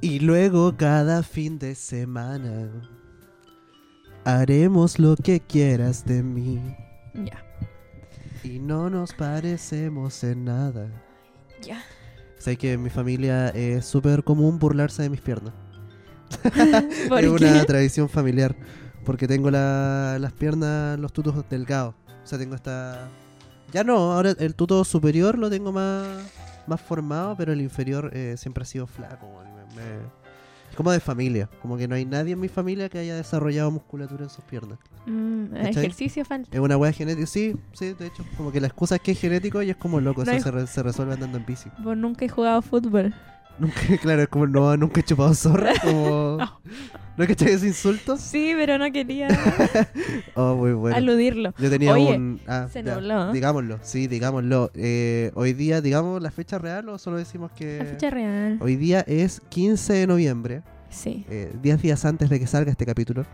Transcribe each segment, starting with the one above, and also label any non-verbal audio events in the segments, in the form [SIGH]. Y luego cada fin de semana haremos lo que quieras de mí. Ya, Y no nos parecemos en nada. [LAUGHS] ya. Sé que en mi familia es súper común burlarse de mis piernas. ¿Por es qué? una tradición familiar. Porque tengo la- las piernas, los tutos delgados. O sea, tengo esta. Ya no, ahora el tuto superior lo tengo más, más formado, pero el inferior eh, siempre ha sido flaco. weón, y me- me- Es como de familia. Como que no hay nadie en mi familia que haya desarrollado musculatura en sus piernas. Mm, ¿Cachai? ejercicio falta. Es una weá genética. Sí, sí, de hecho. Como que la excusa es que es genético y es como loco. No eso hay- se, re- se resuelve andando en [LAUGHS] bici. Vos nunca he jugado fútbol. Nunca, claro, es como no, nunca he chupado [LAUGHS] zorra. Como... No. ¿No cachai esos insultos? [LAUGHS] Sí, pero no quería Oh, muy [LAUGHS] bueno. aludirlo. Yo tenía Oye, un. ah, se ¿eh? ya. nubló. Digámoslo, sí, digámoslo. Eh, hoy día, digamos la fecha real o solo decimos que. La fecha real. Hoy día es 15 de noviembre, Sí. eh, 10 días antes de que salga este capítulo.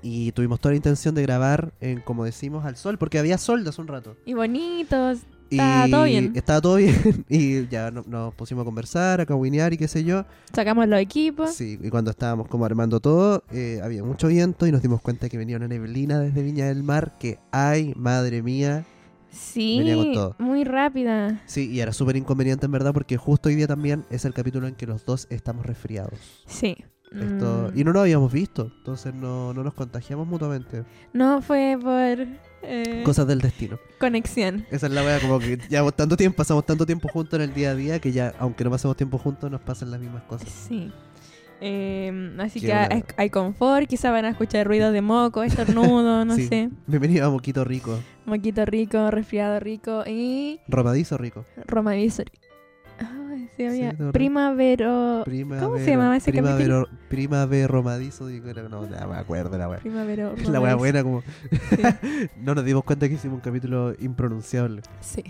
Y tuvimos toda la intención de grabar, en, como decimos, al sol, porque había sol de hace un rato. Y bonitos. Y Estaba todo bien. Estaba todo bien. [LAUGHS] Y ya no- nos pusimos a conversar, a caguinear y qué sé yo. Sacamos los equipos. Sí, y cuando estábamos como armando todo, eh, había mucho viento y nos dimos cuenta que venía una neblina desde Viña del Mar, que ay, madre mía. Sí. Veníamos todo. Muy rápida. Sí, y era súper inconveniente en verdad porque justo hoy día también es el capítulo en que los dos estamos resfriados. Sí. Esto, Mm. y no lo habíamos visto, entonces no, no nos contagiamos mutuamente. No fue por eh, Cosas del destino. conexión. Esa es la wea, como que llevamos tanto tiempo, pasamos tanto tiempo juntos en el día a día que ya, aunque no pasemos tiempo juntos, nos pasan las mismas cosas. Sí. Eh, así Qué que hay, buena. hay confort, quizá van a escuchar ruidos de moco, [LAUGHS] estornudo, no Sí. sé. Bienvenido a Moquito Rico, Moquito rico, resfriado rico y Romadizo Rico. romadizo. Ay, sí, había- Sí, no, primavero. Primavero, ¿Cómo se llamaba ese primavero, Primavero Romadizo, digo, era- no, no me acuerdo la wea. [LAUGHS] Primavero. La wea romadizo. buena, como. [LAUGHS] no nos dimos cuenta que hicimos un capítulo impronunciable. Sí.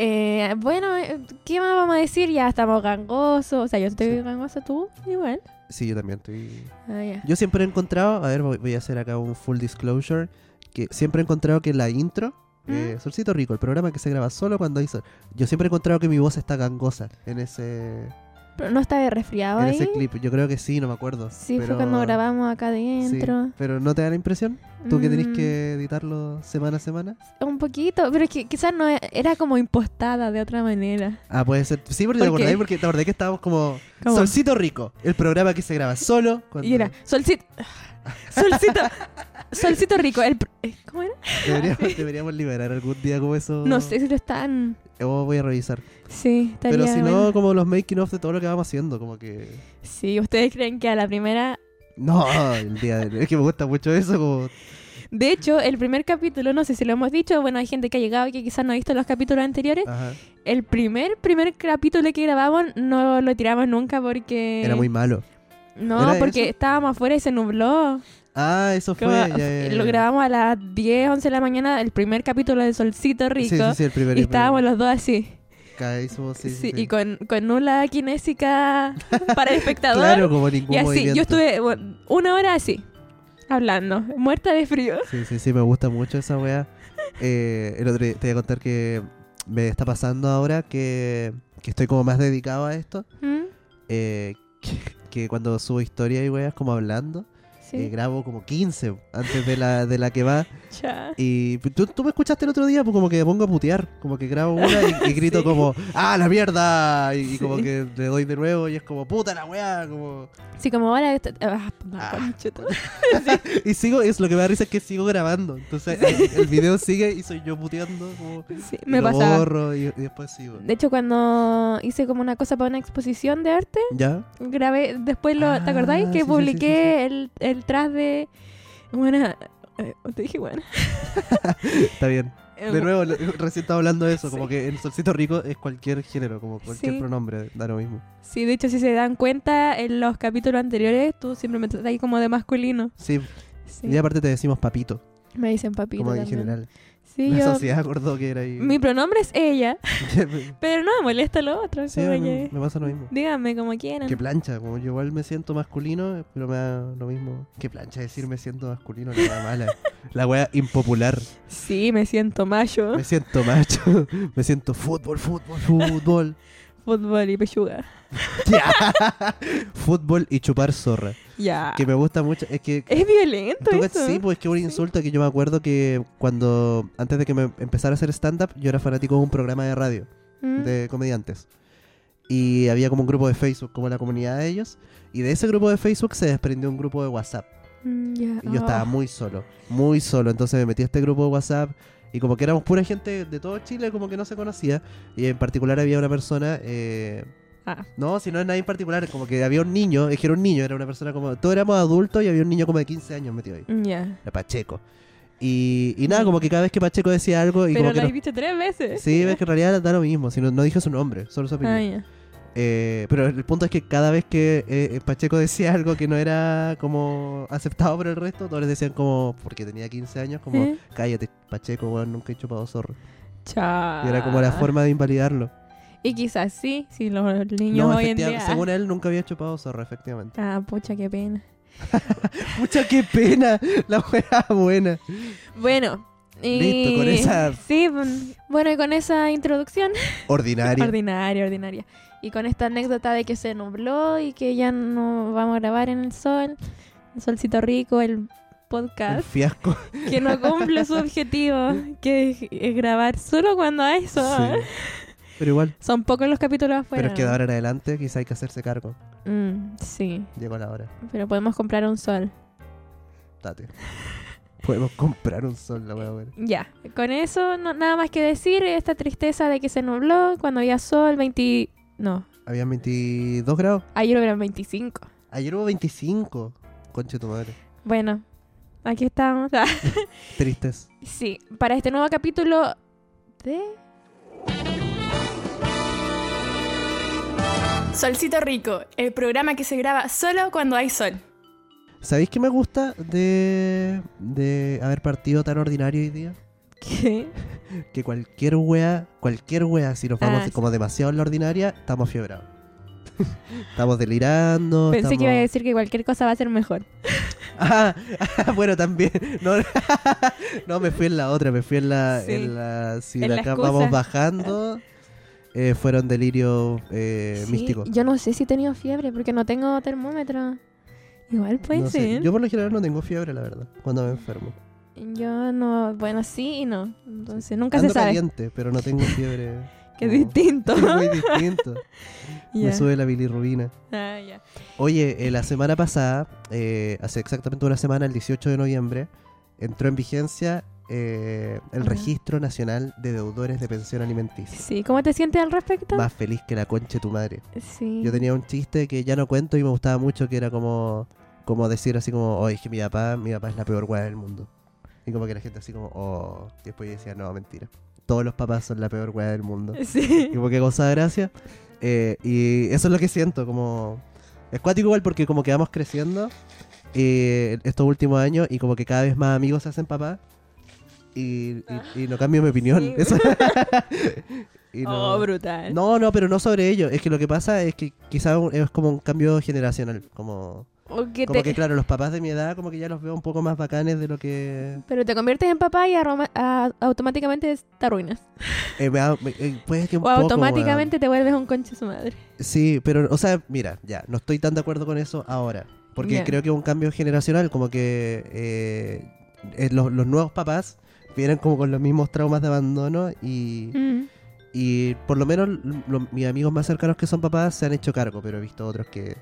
Eh, bueno, eh, ¿qué más vamos a decir? Ya estamos gangosos. O sea, yo estoy Sí. gangoso, tú igual. Sí, yo también estoy. [LAUGHS] Ah, ya. Yo siempre he encontrado, a ver, voy, voy a hacer acá un full disclosure, que siempre he encontrado que la intro, ¿Mm? eh, Solcito Rico, el programa que se graba solo cuando hizo, yo siempre he encontrado que mi voz está gangosa en ese, Pero no estaba resfriado en ahí. ese clip. Yo creo que sí, no me acuerdo. Sí, fue pero- cuando grabamos acá sí, adentro. pero ¿no te da la impresión? Tú que tenés Mm, que editarlo semana a semana. Un poquito, pero es que quizás no e- era como impostada de otra manera. Ah, puede ser. Sí, porque te ¿Por qué? acordás, porque te acordás que estábamos como, Como- Solcito Rico, el programa que se graba solo cuando Y era, [LAUGHS] solcito. Solcito. solcito rico. El, pr- eh, ¿Cómo era? deberíamos, deberíamos liberar algún día como eso. No sé si lo están. Oh, voy a revisar. Sí, estaría. Pero si no, bueno. como los making of de todo lo que vamos haciendo, como que. Sí, ustedes creen que a la primera No, [LAUGHS] el día de- Es que me gusta mucho eso, como. De hecho, el primer capítulo, no sé si lo hemos dicho, bueno, hay gente que ha llegado y que quizás no ha visto los capítulos anteriores. Ajá. El primer, primer capítulo que grabamos no lo tiramos nunca porque... Era muy malo. No, ¿era porque eso? estábamos afuera y se nubló. Ah, eso fue. Como- ya, ya, ya. Lo grabamos a las 10, 11 de la mañana, el primer capítulo de Solcito Rico. Sí, sí, sí, el primer. y estábamos los dos así. Caísmo, sí, sí, Sí, sí. Y con, con nula kinésica [LAUGHS] para el espectador. Claro, como ningún y así, movimiento. yo estuve bueno, una hora así, hablando, muerta de frío. Sí, sí, sí, me gusta mucho esa weá. Eh, el otro día te voy a contar que me está pasando ahora que, que estoy como más dedicado a esto. ¿Mm? eh, que, que cuando subo historia y weas como hablando, Sí. eh, grabo como 15 antes de la, de la que va. Ya. Y tú, tú me escuchaste el otro día, pues como que me pongo a putear, como que grabo una [LAUGHS] y, y grito Sí. como, ¡ah, la mierda! Y, y como Sí. que le doy de nuevo y es como, ¡puta la weá! Como... Sí, como ahora... esto- ah, Ah, concha tu- Y sigo, es lo que me da risa es que sigo grabando. Entonces el, el video sigue y soy yo puteando, como, Sí, y me lo pasaba. ¿Eh? borro y, y después sigo. De hecho, cuando hice como una cosa para una exposición de arte, ¿Ya? grabé, después lo, ¿te Ah, acordáis? sí, sí, sí, Que publiqué El, el tras de... Bueno, eh, te dije, bueno. Está bien. De nuevo, lo- recién estaba hablando de eso, como Eh, Sí. que el solcito rico es cualquier género, como cualquier Sí. pronombre, da lo mismo. Sí, de hecho, si se dan cuenta, en los capítulos anteriores tú siempre me tratas ahí como de masculino. Sí, Sí. y aparte te decimos papito, Me dicen papito como en también. general. Sí, La yo... sociedad acordó que era ahí. [LAUGHS] Mi pronombre es ella, pero no me molesta lo otro. Sí, como a mí que- me pasa lo mismo. Díganme como quieran. Que plancha, como yo igual me siento masculino, pero me da lo mismo. Que plancha decir me siento masculino, la wea mala. La wea impopular. Sí, me siento mayo. [LAUGHS] Me siento macho. Me siento fútbol, [LAUGHS] fútbol, fútbol. Fútbol y pechuga. Fútbol y chupar zorra. Ya. Que me gusta mucho. Es que Es violento Tú, eso. Sí, pues es que un insulto que yo me acuerdo que cuando, antes de que me empezara a hacer stand-up, yo era fanático de un programa de radio Mm. de comediantes. Y había como un grupo de Facebook, como la comunidad de ellos. Y de ese grupo de Facebook se desprendió un grupo de WhatsApp. Mm, ya. Y yo Ah. estaba muy solo, muy solo. Entonces me metí a este grupo de WhatsApp y como que éramos pura gente de todo Chile, como que no se conocía. Y en particular había una persona... eh, Ah. No, si no es nadie en particular, como que había un niño, es que era un niño, era una persona como... Todos éramos adultos y había un niño como de 15 años metido ahí. Ya. Era Pacheco. Y, y nada, como que cada vez que Pacheco decía algo y Pero como que la no- he visto tres veces. Sí, ves que en realidad da lo mismo, si no, no dije su nombre, solo su apellido. Ah, ya. Eh, pero el punto es que cada vez que eh, eh, Pacheco decía algo que no era como aceptado por el resto, todos les decían como, porque tenía 15 años, como, ¿Eh? cállate, Pacheco, weón, nunca he chupado zorro. Chao. Y era como la forma de invalidarlo. Y quizás sí, si los niños No, hoy en efectivamente, día. según él, nunca había chupado zorro, efectivamente. [LAUGHS] Ah, pucha, qué pena. Pucha, qué pena, la wea buena. Bueno. y- Listo, con esa- Sí, bun- bueno, y con esa introducción. Ordinario. Ordinaria, ordinaria. Y con esta anécdota de que se nubló y que ya no vamos a grabar en el sol. El solcito rico, el Un podcast. fiasco. [LAUGHS] que no cumple su objetivo, que es, es grabar solo cuando hay sol. Sí. Pero igual, Son pocos los capítulos afuera. pero es que de ahora en adelante quizá hay que hacerse cargo. Mm, sí, Llegó la hora. pero podemos comprar un sol. Date. Podemos comprar un sol, la wea buena. Ya, con eso no- nada más que decir. Esta tristeza de que se nubló cuando había sol, 20... No, Habían 22 grados. ayer eran 25. Ayer hubo 25. Conche tu madre. Bueno, aquí estamos. [LAUGHS] Tristes. sí, para este nuevo capítulo de... Solcito Rico, el programa que se graba solo cuando hay sol. ¿Sabéis qué me gusta de, de haber partido tan ordinario hoy día? ¿Qué? Que cualquier wea, cualquier wea, si nos vamos Ah, sí. como demasiado en la ordinaria, estamos fiebrados. [LAUGHS] estamos delirando. Pensé que iba a estamos- decir que cualquier cosa va a ser mejor. [LAUGHS] Ah, bueno, también. No, [LAUGHS] no, me fui en la otra, me fui en la. Sí. En la si En de la acá excusa. vamos bajando, eh, fueron delirios eh, Sí, místicos. Yo no sé si he tenido fiebre porque no tengo termómetro. Igual puede No sé, ser. Yo por lo general no tengo fiebre, la verdad, cuando me enfermo. Yo no, bueno, sí y no. Entonces nunca Ando se sabe. caliente, pero no tengo [LAUGHS] fiebre. Que es No, [LAUGHS] distinto. Es muy distinto. [LAUGHS] Ya. Me sube la bilirrubina. Ah, ya. Oye, eh, la semana pasada, eh, hace exactamente una semana, el 18 de noviembre, entró en vigencia eh, el Ajá. Registro Nacional de Deudores de Pensión Alimenticia. Sí, ¿cómo te sientes al respecto? Más feliz que la concha de tu madre. Sí. Yo tenía un chiste que ya no cuento y me gustaba mucho, que era como, como decir así como, oye, es que mi papá, mi papá es la peor weá del mundo. Y como que la gente así como, oh, y después yo decía, no, mentira. Todos los papás son la peor weá del mundo. [LAUGHS] Sí. [LAUGHS] Y como que goza de gracia. Eh, y eso es lo que siento, como... Es cuático igual porque como que vamos creciendo eh, estos últimos años y como que cada vez más amigos se hacen papás. Y, y- y no cambio mi opinión. Sí. [LAUGHS] Eso- Y no- Oh, brutal. no, no, pero no sobre ello. Es que lo que pasa es que quizás es como un cambio generacional. Como, O Oh, que como te- que, claro, los papás de mi edad, como que ya los veo un poco más bacanes de lo que. Pero te conviertes en papá y aroma- a- automáticamente te arruinas. Eh, me da- me- eh, puede que un O poco, weón. automáticamente te vuelves un conche su madre. Sí, pero, o sea, mira, ya, no estoy tan de acuerdo con eso ahora. Porque Ya. creo que es un cambio generacional, como que eh, eh, los, los nuevos papás vienen como con los mismos traumas de abandono y, Mm. y por lo menos lo- mis amigos más cercanos que son papás se han hecho cargo, pero he visto otros que.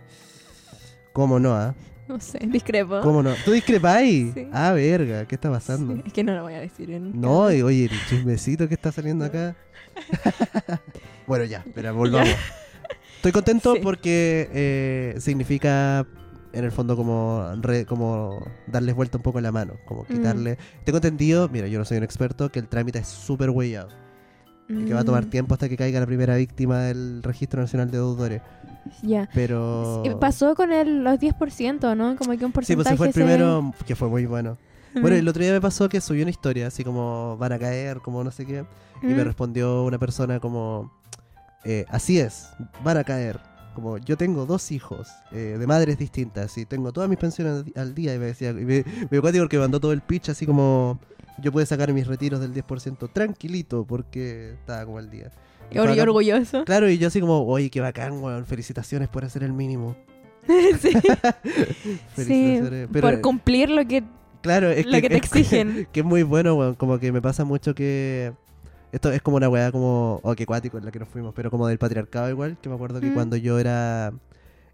¿Cómo no, ah? [LAUGHS] No sé, discrepo. ¿Cómo no? ¿Tú discrepáis? [LAUGHS] Sí. Ah, verga, ¿qué está pasando? Sí, es que no lo voy a decir. En No, y oye, el chismecito que está saliendo [LAUGHS] acá. bueno, ya, espera, volvamos. Estoy contento Sí. porque eh, significa, en el fondo, como, re- como darles vuelta un poco la mano. Como Mm. quitarle. Tengo entendido, mira, yo no soy un experto, que el trámite es súper huellado. Y que va a tomar Mm, tiempo hasta que caiga la primera víctima del Registro Nacional de Deudores. Ya. Pero. Sí, Pasó con el, los 10%, ¿no? Como que un Sí, pues porcentaje. se fue el se- primero, que fue muy bueno. Bueno, el otro día me pasó que subió una historia, así como van a caer, como no sé qué. Y me Mm. respondió una persona como, eh, así es, van a caer. Como yo tengo dos hijos eh, de madres distintas y tengo todas mis pensiones al- al día. Y me decía, y me, me dio cuático porque mandó todo el pitch así como, yo pude sacar mis retiros del 10% tranquilito porque estaba como al día. Y or- y Bacán. orgulloso. [LAUGHS] Claro, y yo así como, oye, qué bacán, weón, felicitaciones por hacer el mínimo. sí, Felicitaciones. eh, Pero, por cumplir lo que, claro, es lo que te es [LAUGHS] exigen. Que es muy bueno, weón. Como que me pasa mucho que. Esto es como una weá como. O que cuático en la que nos fuimos, pero como del patriarcado igual. Que me acuerdo que Mm. cuando yo era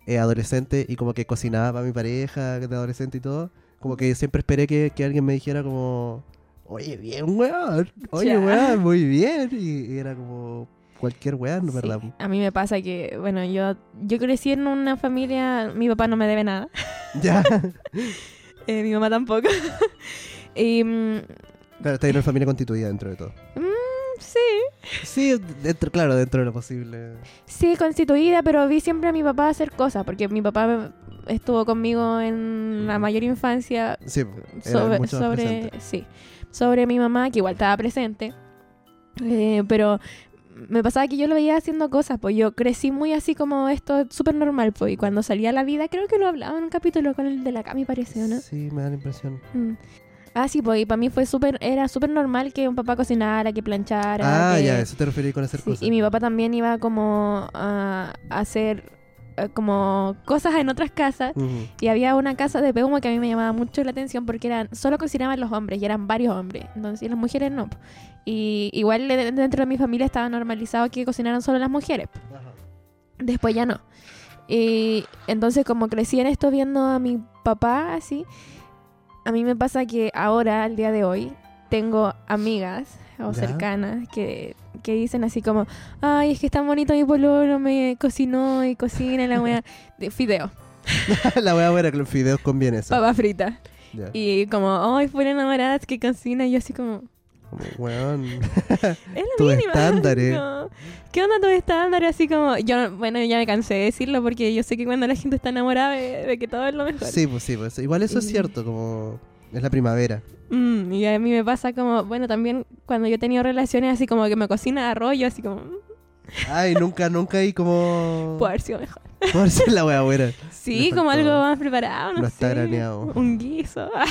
eh, adolescente y como que cocinaba para mi pareja de adolescente y todo, como que siempre esperé que, que alguien me dijera como. Oye, bien, weón. Oye, Ya. weón, muy bien. Y, y era como. Cualquier weón, Sí. ¿verdad? A mí me pasa que, bueno, yo, yo crecí en una familia, mi papá no me debe nada, [LAUGHS] [LAUGHS] Ya. eh, mi mamá tampoco. [LAUGHS] y mm, Claro, está en una familia constituida dentro de todo. mm, sí, Sí, dentro, claro, dentro de lo posible. sí, constituida, pero vi siempre a mi papá hacer cosas, porque mi papá estuvo conmigo en la mayor infancia, Sí, era sobre, mucho más sobre, presente. sí, sobre mi mamá, que igual estaba presente. Eh, pero me pasaba que yo lo veía haciendo cosas, pues yo crecí muy así como esto, súper normal, pues. Y cuando salía a la vida, creo que lo hablaba en un capítulo con el de la Cami, parece, ¿o no? Sí, me da la impresión. Mm. Ah, sí, pues, y para mí fue súper, era súper normal que un papá cocinara, que planchara. Ah, que- ya, eso te referí con hacer Sí, cosas. Y mi papá también iba como a a hacer eh, como cosas en otras casas Ujú. y había una casa de Peumo que a mí me llamaba mucho la atención porque eran solo cocinaban los hombres y eran varios hombres. Entonces, y las mujeres no. po. Y igual de- dentro de mi familia estaba normalizado que cocinaran solo las mujeres. po. Después ya no. Y entonces como crecí en esto viendo a mi papá así, a mí me pasa que ahora, al día de hoy, tengo amigas o Ya. cercanas que, que dicen así como, ay, es que es tan bonito mi pololo, me cocinó y cocina y la wea de fideo, [LAUGHS] la voy a ver que los fideos conviene eso. papa frita. Ya. Y como, ay, fueron enamoradas que cocina. Y yo así como, Como, weón. [LAUGHS] es la [LAUGHS] Tus mínima. [LAUGHS] estándares. No. ¿Qué onda tus estándares? Así como, yo, bueno, ya me cansé de decirlo porque yo sé que cuando la gente está enamorada de, de que todo es lo mejor. sí, pues sí, pues. Igual eso es Y- cierto, como es la primavera. Mm, y a mí me pasa como, bueno, también cuando yo he tenido relaciones así como que me cocina arroyo, así como, mm, Ay, nunca, nunca hay [LAUGHS] como. puede haber sido mejor. [LAUGHS] Por ser la wea buena. Sí, Le como faltó- algo más preparado, no, no está sé, graneado. Un guiso. [LAUGHS]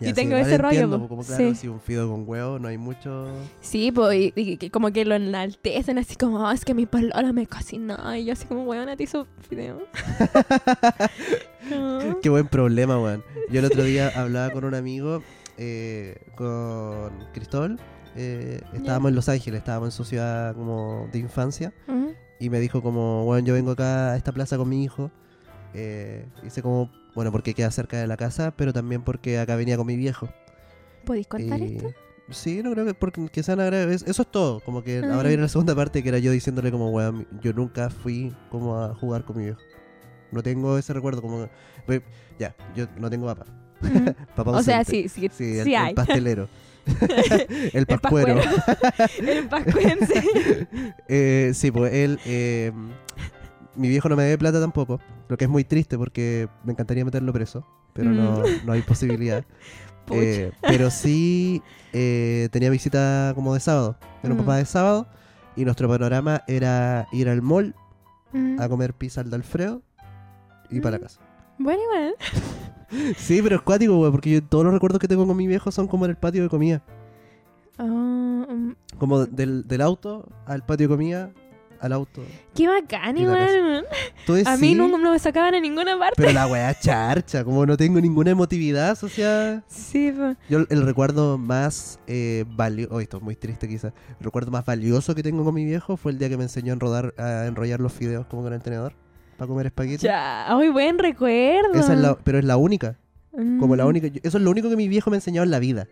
Ya, Y tengo igual ese rollo, entiendo, po. Como claro, Sí. si un fideo con huevo no hay mucho. sí, pues, y, y que como que lo enaltecen así como, "Oh, es que mi polola me cocinó. Y yo así como, weón, a ti su [LAUGHS] video. [LAUGHS] Como, Qué buen problema, weón. Yo el otro día hablaba con un amigo, eh, con Cristóbal. eh, estábamos en Los Ángeles, estábamos en su ciudad como de infancia. mm, Y me dijo como, bueno, yo vengo acá a esta plaza con mi hijo. Eh, hice como, bueno, porque queda cerca de la casa, pero también porque acá venía con mi viejo. ¿Podéis contar Y- esto? Sí, no creo que porque que sean agraves. Eso es todo. Como que Ah, ahora ya. viene la segunda parte que era yo diciéndole como, weón, yo nunca fui como a jugar con mi viejo. No tengo ese recuerdo como... Ve- Ya, yo no tengo papá. Mm. [LAUGHS] Papá o sea, ausente. sí, sí, Sí, el, sí el hay. [LAUGHS] pastelero. [LAUGHS] el pascuero. [LAUGHS] El pascuense. Eh, sí, pues él. eh, mi viejo no me debe plata tampoco. Lo que es muy triste porque me encantaría meterlo preso. Pero no, no hay posibilidad. Mm. [LAUGHS] [LAUGHS] Pucha. Eh, pero sí eh, tenía visita como de sábado. Era un Mm. papá de sábado. Y nuestro panorama era ir al mall Mm. a comer pizza al de Alfredo y para Mm. casa. Bueno, igual. Sí, pero es cuático, güey, porque yo- todos los recuerdos que tengo con mi viejo son como en el patio de comida. Ah, mm. Como del, del auto al patio de comida al auto. Qué bacán, Y la casa. igual. Tú A decís- mí nunca no me sacaban a ninguna parte. Pero la weá charcha, como no tengo ninguna emotividad asociada. Sí, po. Yo el- el recuerdo más eh, valioso, esto es muy triste quizás, el recuerdo más valioso que tengo con mi viejo fue el día que me enseñó a, enrodar, a enrollar los fideos como con el tenedor para comer espagueti. ya. Ay, buen recuerdo. Esa es la, pero es la única, Mm, como la única, yo- eso es lo único que mi viejo me ha enseñado en la vida,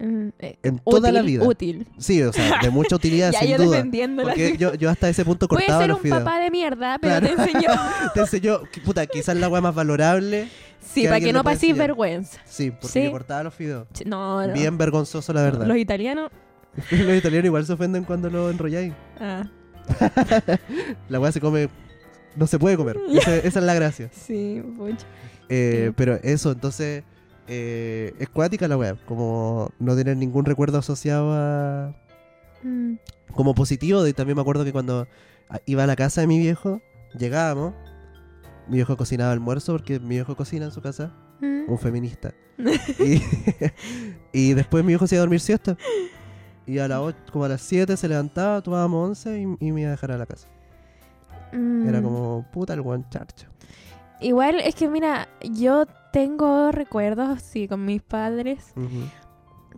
mm, eh, en toda la útil, vida. Útil. Sí, o sea, de mucha utilidad, [LAUGHS] ya sin yo duda. defendiendo la Porque yo, yo hasta ese punto Puede cortaba ser los un fideos. papá de mierda, pero Claro. te [LAUGHS] enseñó. Te enseñó, que, puta, quizás la weá más valorable. Sí, Que para alguien que le no puede paséis enseñar. vergüenza. Sí, porque Sí. yo cortaba los fideos. Ch- No, no. Bien vergonzoso, la verdad. Los italianos. [LAUGHS] Los italianos igual se ofenden cuando lo enrolláis. Ah, La weá se come. No se puede comer. Esa, esa es la gracia. sí, pucha. Eh, Sí. Pero eso, entonces. Eh, es cuática la weá. Como no tener ningún recuerdo asociado a. Mm, Como positivo. De, también me acuerdo que cuando a- iba a la casa de mi viejo, llegábamos. Mi viejo cocinaba almuerzo porque mi viejo cocina en su casa. mm. [LAUGHS] Un feminista. y, y después mi viejo se iba a dormir siesta. Y a la ocho- como a las 7 se levantaba, tomábamos 11 y, y me iba a dejar a la casa. Mm. Era como, puta, el buen charcha. Igual es que, mira, yo tengo recuerdos, sí, con mis padres, Ujú.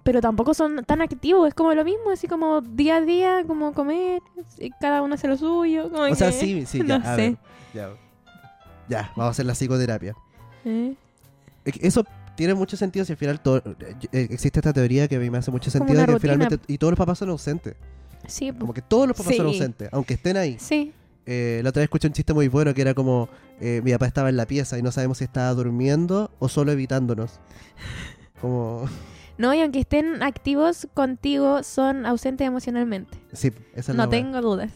pero tampoco son tan activos, es como lo mismo, así como día a día, como comer, y cada uno hace lo suyo. como O sea, que- sí, sí, ya. no a sé. ver, ya. Ya, vamos a hacer la psicoterapia. ¿Eh? Es que Eso tiene mucho sentido si al final todo, eh, existe esta teoría que a mí me hace mucho Como sentido de una que rutina. finalmente y todos los papás son ausentes. Sí, po. Como que todos los papás son Sí. ausentes, aunque estén ahí. sí. Eh, la otra vez escuché un chiste muy bueno que era como eh, mi papá estaba en la pieza y no sabemos si estaba durmiendo o solo evitándonos. Como [LAUGHS] No, y aunque estén activos contigo, son ausentes emocionalmente. sí, esa es la weá. No tengo dudas.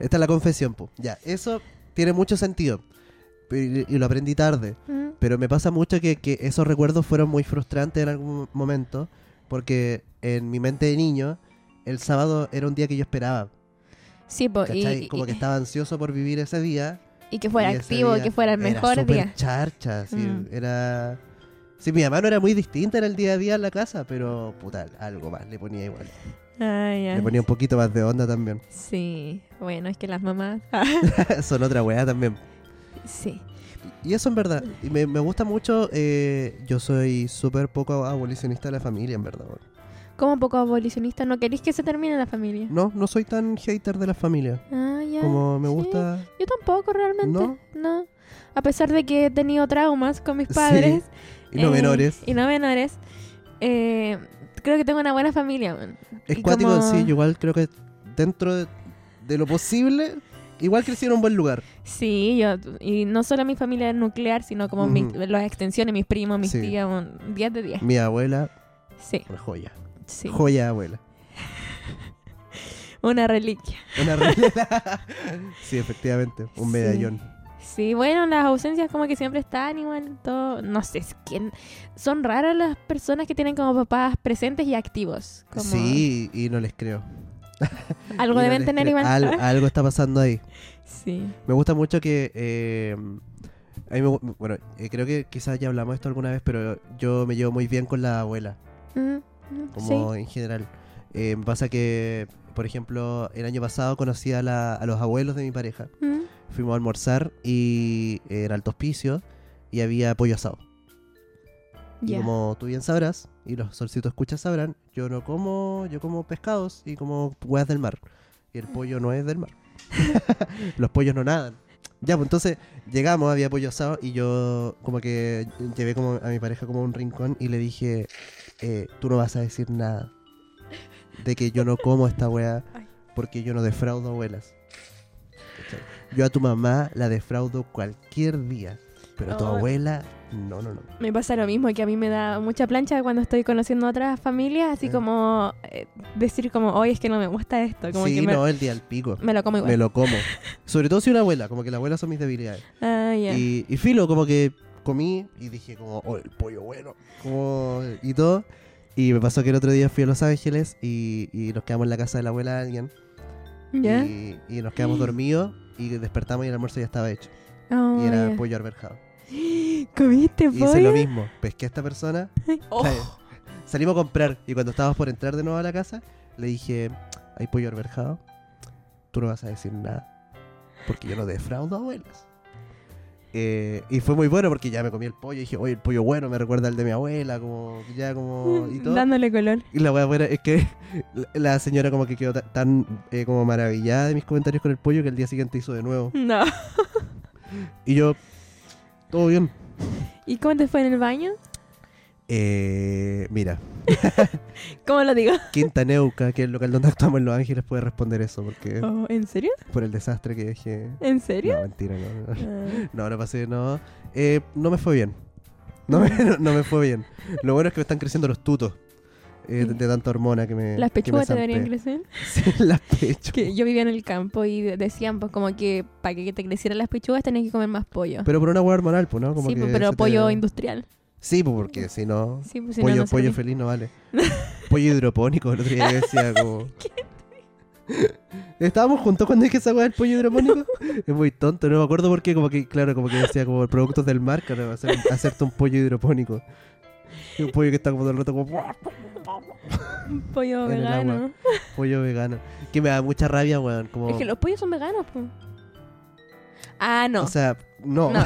Esta es la confesión, po. Ya, eso tiene mucho sentido. Y, y lo aprendí tarde. Mm. Pero me pasa mucho que, que esos recuerdos fueron muy frustrantes en algún mo- momento, porque en mi mente de niño, el sábado era un día que yo esperaba. Sí, po, Oh, y, ¿Cachai? y- Como que estaba ansioso por vivir ese día. y que fuera y ese activo, día que fuera el mejor era súper día. charcha, sí, Mm. era... Sí, mi mamá no era muy distinta en el día a día en la casa, pero puta, algo más le ponía igual. Ah, ya. Le ponía un poquito más de onda también. [LAUGHS] Sí, bueno, es que las mamás... ah, Son otra weá también. sí. Y eso en verdad, y me, me gusta mucho, eh, yo soy súper poco abolicionista de la familia, en verdad. weón. Como un poco abolicionista, no queréis que se termine la familia. No, no soy tan hater de la familia. Ah, ya. Como me sí. gusta. Yo tampoco realmente. ¿No? ¿No? A pesar de que he tenido traumas con mis padres. Y no eh, menores. Y no menores. eh, creo que tengo una buena familia. man. Es y cuático, como- sí, yo igual creo que dentro de, de lo posible, igual creció en un buen [LAUGHS] lugar. Sí, yo. Y no solo mi familia nuclear, sino como Ujú. mis- las extensiones, mis primos, mis Sí. tías. man, 10 de 10. Mi abuela, Sí, una joya. sí. Joya abuela. Una reliquia. Una realidad. [LAUGHS] sí, efectivamente. Un Sí. medallón. Sí, bueno, las ausencias como que siempre están igual en todo. No sé, es que son raras las personas que tienen como papás presentes y activos. Como Sí, y no les creo. Algo Y no deben les tener creo. igual. [LAUGHS] Al- algo está pasando ahí. Sí. Me gusta mucho que. eh, a mí me gu- bueno, eh, creo que quizás ya hablamos de esto alguna vez, pero yo me llevo muy bien con la abuela. Mm, mm, como en general. Eh, me pasa que, por ejemplo, el año pasado conocí a, la- a los abuelos de mi pareja. sí. Mm. Fuimos a almorzar y eh, era alto hospicio y había pollo asado. Ya. Y como tú bien sabrás, y los solcitos escuchas sabrán, yo no como, yo como pescados y como huevas del mar. Y el pollo no es del [LAUGHS] mar. [LAUGHS] los pollos no nadan. Ya, pues entonces llegamos, había pollo asado y yo como que llevé como a mi pareja como a un rincón y le dije, eh, tú no vas a decir nada de que yo no como esta [LAUGHS] hueá Ay. porque yo no defraudo abuelas. ¿Cachai? Yo a tu mamá la defraudo cualquier día, pero a tu Oh. abuela, no, no, no. Me pasa lo mismo, que a mí me da mucha plancha cuando estoy conociendo a otras familias, así Eh. como eh, decir como, hoy es que no me gusta esto, como sí, que me, no, el día al pico. me lo Me como igual. lo [LAUGHS] como. Sobre todo si una abuela, como que las abuelas son mis debilidades. Ah, ya. Y, y filo, como que comí y dije como, oh, el pollo bueno. Como, y todo. Y me pasó que el otro día fui a Los Ángeles y, y nos quedamos en la casa de la abuela de alguien. ¿Ya? Y, y nos [GASPS] quedamos dormidos y despertamos y el almuerzo ya estaba hecho. Ah, Y era ya. pollo arberjado. [GASPS] ¿Comiste Y hice lo pollo? mismo. Pesqué a esta persona Oh, Ay, Salimos a comprar y cuando estábamos por entrar de nuevo a la casa, le dije, hay pollo alberjado, tú no vas a decir nada, porque yo no defraudo abuelas. Eh, y fue muy bueno porque ya me comí el pollo y dije, oye, el pollo bueno me recuerda al de mi abuela, como ya como... Y, todo. Dándole color. y la wea buena es que [LAUGHS] la señora como que quedó ta- tan eh, como maravillada de mis comentarios con el pollo que el día siguiente hizo de nuevo. No. Y yo, todo bien. ¿Y cómo te fue en el baño? Eh, mira, ¿Cómo lo digo? Quinta Neuca, que es el local donde actuamos en Los Ángeles, puede responder eso, porque Oh, ¿En serio? por el desastre que dejé. ¿En serio? No, mentira, no. no. Ah, No, no pasé, no. Eh, no me fue bien. No me, [LAUGHS] no- no me fue bien. Lo bueno es que me están creciendo los tutos eh, de, de tanta hormona que me. Las que me pechugas te zampé. deberían crecer. Sí, [LAUGHS] las pechugas. Que yo vivía en el campo y de- decían pues como que para que te crecieran las pechugas tenías que comer más pollo. Pero por una hueá hormonal, pues, ¿no? Como sí, que pues, se pero te- pollo industrial. Sí, pues, porque si no. Sí, pues, si no, pollo no pollo servía. feliz no vale. pollo hidropónico, el otro día yo decía [LAUGHS] como. Estábamos juntos cuando dije esa weá del pollo [LAUGHS] hidropónico. Es muy tonto, no me acuerdo porque como que, claro, como que decía como productos del mar, claro, hacer- hacerte un pollo hidropónico. Y un pollo que está como [LAUGHS] todo el rato como. Un [LAUGHS] pollo En el vegano. Pollo vegano. Que me da mucha rabia, weón. Como... Es que los pollos son veganos, po. Ah, no. O sea, Oh. no. [LAUGHS] no,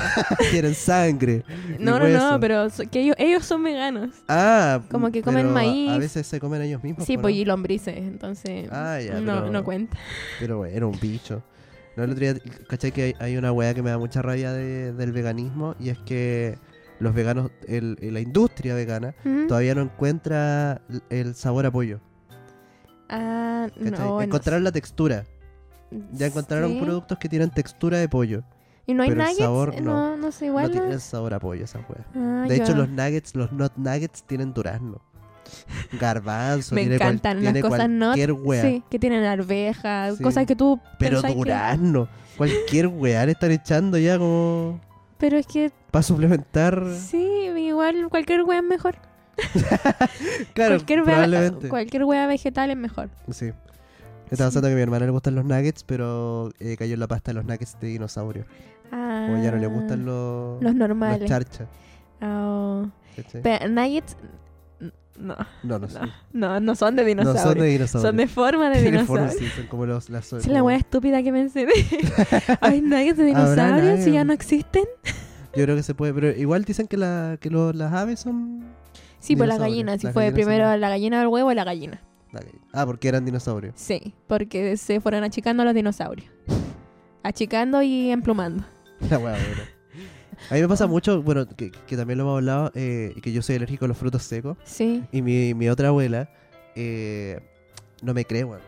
Quieren sangre. no, no, hueso. no, pero so- que ellos, ellos son veganos. Ah. Como que comen pero a- A maíz. veces se comen ellos mismos. Sí, pues, po, ¿no? pollo y lombrices, entonces Ah, ya, no, pero- no cuenta. Pero bueno, era un bicho. No, el otro día, caché que hay, hay una weá que me da mucha rabia de- del veganismo y es que los veganos, el- eh, la industria vegana, ¿Mm? todavía no encuentra el sabor a pollo. Ah, ¿cachai? no. Encontraron la textura. no Ya encontraron Sí. productos que tienen textura de pollo. ¿Y no hay pero el nuggets? sabor, no. no. no sé, No igual. tienen no- sabor a pollo esas weas. Ah, De hecho, ya. los nuggets, los not nuggets tienen durazno. Garbanzo, Me tiene cual- encantan las tiene cosas nut, cualquier wea. Sí, que tienen arvejas, Sí. cosas que tú Pero pensás que- durazno. Cualquier weá le están echando ya como Pero es que para suplementar. sí, igual cualquier hueá es mejor. Claro, cualquier, hueá- probablemente. cualquier hueá vegetal es mejor. Sí. Estaba pensando que a mi hermana le gustan los nuggets, pero eh, cayó en la pasta de los nuggets de dinosaurio. Ah, Como ya no le gustan los, los los normales. charchas. Ah, oh. ¿cachai? Pero nuggets n- no, No, no, sé. no, no son de no dinosaurio. son de son, dinosaurio. [LAUGHS] de forma de Tienen forma, dinosaurio. sí, son como los, las, Es la como- hueá estúpida que me enseñé. [LAUGHS] Hay nuggets de Habrá dinosaurios si ya nuggets. no existen. [LAUGHS] Yo creo que se puede, pero igual dicen que, la, que lo- las aves son... Sí, por las Dinosaurios, gallinas. Si las fue gallinas primero son- la gallina del huevo y la gallina. Ah, porque eran dinosaurios. [LAUGHS] Sí, porque se fueron achicando los dinosaurios. Achicando y emplumando. La hueá, bueno. A mí me Oh. pasa mucho, bueno, que, que también lo hemos hablado, eh, que yo soy alérgico a los frutos secos. Sí. Y mi, mi otra abuela eh, no me cree, weón.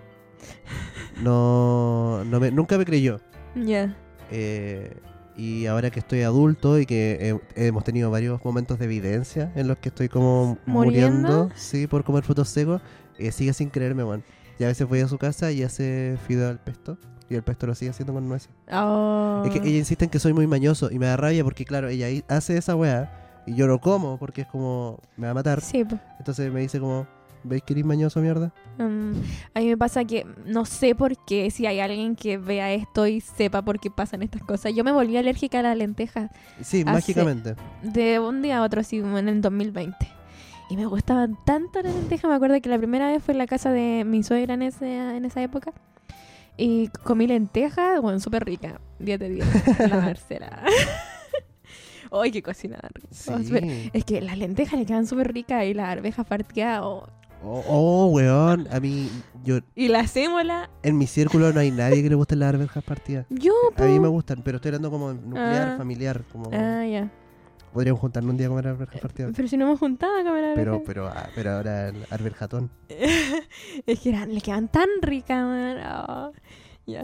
No, no me, nunca me creyó. Ya. Eh, y ahora que estoy adulto y que he- hemos tenido varios momentos de evidencia en los que estoy como muriendo, ¿Muriendo? sí, por comer frutos secos, eh, sigue sin creerme, weón. Y a veces voy a su casa y hace fideo al pesto. Y el pesto lo sigue haciendo con nueces. Oh. Es que ella insiste en que soy muy mañoso y me da rabia porque, claro, ella ahí hace esa weá y yo no como porque es como, me va a matar. Sí, pues. po. Entonces me dice como, ¿veis que eres mañoso, mierda? Mm, a mí me pasa que no sé por qué, si hay alguien que vea esto y sepa por qué pasan estas cosas. Yo me volví alérgica a las lentejas Sí, Hace- mágicamente. [LAUGHS] de un día a otro, así como en el 2020. Y me gustaban tanto las lentejas. Me acuerdo que la primera vez fue en la casa de mi suegra en, ese- en esa época. Y comí lentejas, bueno, súper rica. 10 de 10. [LAUGHS] la Marcela. [LAUGHS] ¡Ay, qué cocinar! Sí. Es que las lentejas le quedan súper ricas y las arvejas partidas oh, Oh, oh, weón. A mí, yo, y la sémola. en mi círculo no hay nadie que le gusten las arvejas partidas. Yo, A mí po. me gustan, pero estoy hablando como nuclear, Ah. familiar. Como Ah, Eh, ya. podríamos juntarnos un día a comer arvejas partidas. [LAUGHS] Pero si no hemos juntado a comer Pero, arvejas. pero, ah, pero ahora el arvejatón. es que eran, le quedan tan ricas, man. Oh, ya.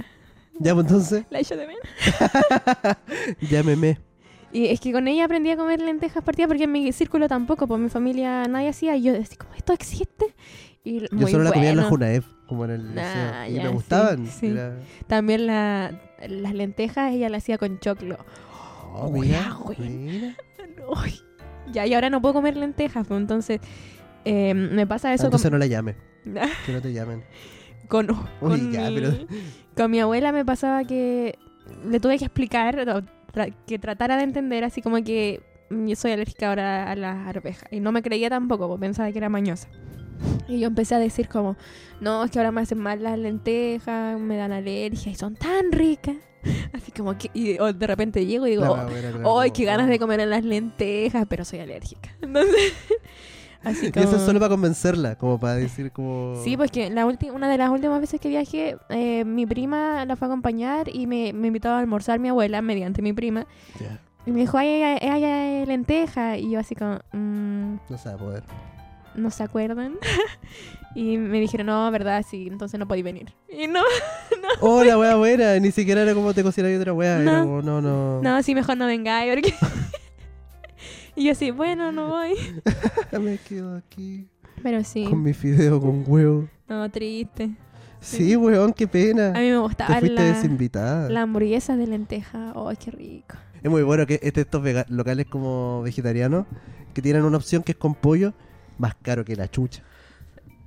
Ya, pues entonces, La echo de menos. llámeme. Y es que con ella aprendí a comer lentejas partidas porque en mi círculo tampoco, pues mi familia nadie hacía. Y yo decía, como esto existe? Y Yo muy solo la comía en la bueno. Junaef, como en el Nah, liceo. Y ya, me sí, gustaban. sí. Era- También la- las lentejas ella las hacía con choclo. Oh, Weá, mira, weón. mira. Uy, ya, y ahora no puedo comer lentejas, pues, entonces eh, me pasa eso Entonces no con, la [LAUGHS] llame, que no te llamen. con, con ya, mi, pero- [LAUGHS] con mi abuela me pasaba que le tuve que explicar, o tra- que tratara de entender, así como que mm, yo soy alérgica ahora a las arvejas, y no me creía tampoco, porque pensaba que era mañosa. Y yo empecé a decir como, no, es que ahora me hacen mal las lentejas, me dan alergia y son tan ricas. [LAUGHS] Así como que, y o de repente llego y digo, "Oh, ¡Ay, qué ganas de comer en las lentejas! Pero soy alérgica. [LAUGHS] Entonces, así Y como... eso es solo para convencerla, como para decir como... Sí, pues. porque la ulti- una de las últimas veces que viajé, eh, mi prima la fue a acompañar y me, me invitó a almorzar mi abuela mediante mi prima. Ya, Y me dijo, ay, ay, ay, ay, ay, lenteja. Y yo así como, "Mm, no se va a [LAUGHS] poder. ¿no se acuerdan? [LAUGHS] y me dijeron, no, verdad, sí, entonces no podí venir. [LAUGHS] Y no, ¡Oh, la wea buena! Ni siquiera era como te cocinaba otra wea. Era No. como, no, no. no, sí, mejor no vengáis. Porque... [LAUGHS] y yo así, bueno, no voy. Me quedo aquí Pero sí, con mi fideo con huevo. no, triste. Sí, weón, qué pena. A mí me Ah, Te gustaba fuiste la... desinvitada. La hamburguesa de lenteja, ¡ay, qué rico! Es muy bueno que este- estos vega- locales como vegetarianos que tienen una opción que es con pollo más caro que la chucha.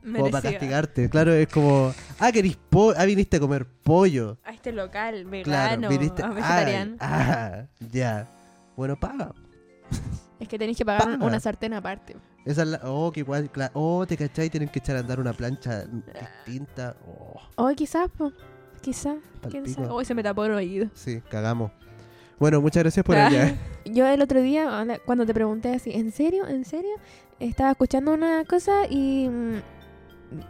Como para Merecida. castigarte. Claro, es como, ah, querís pollo. Ah, viniste a comer pollo. A este local Claro, vegano, viniste. a ah, vegetariano. ah, ya. Bueno, paga. Es que tenéis que pagar Paga. una sartén aparte. Esa es la. Oh, qué guay. cla- Oh, te cachai, tienen que echar a andar una plancha distinta. Oh, O quizás, po, quizás, quién Palpico. sabe. Hoy se me tapó el oído. sí, cagamos. Bueno, muchas gracias por el Ah. viaje. Yo el otro día, ahora, cuando te pregunté así, ¿en serio? ¿En serio? Estaba escuchando una cosa y, mm,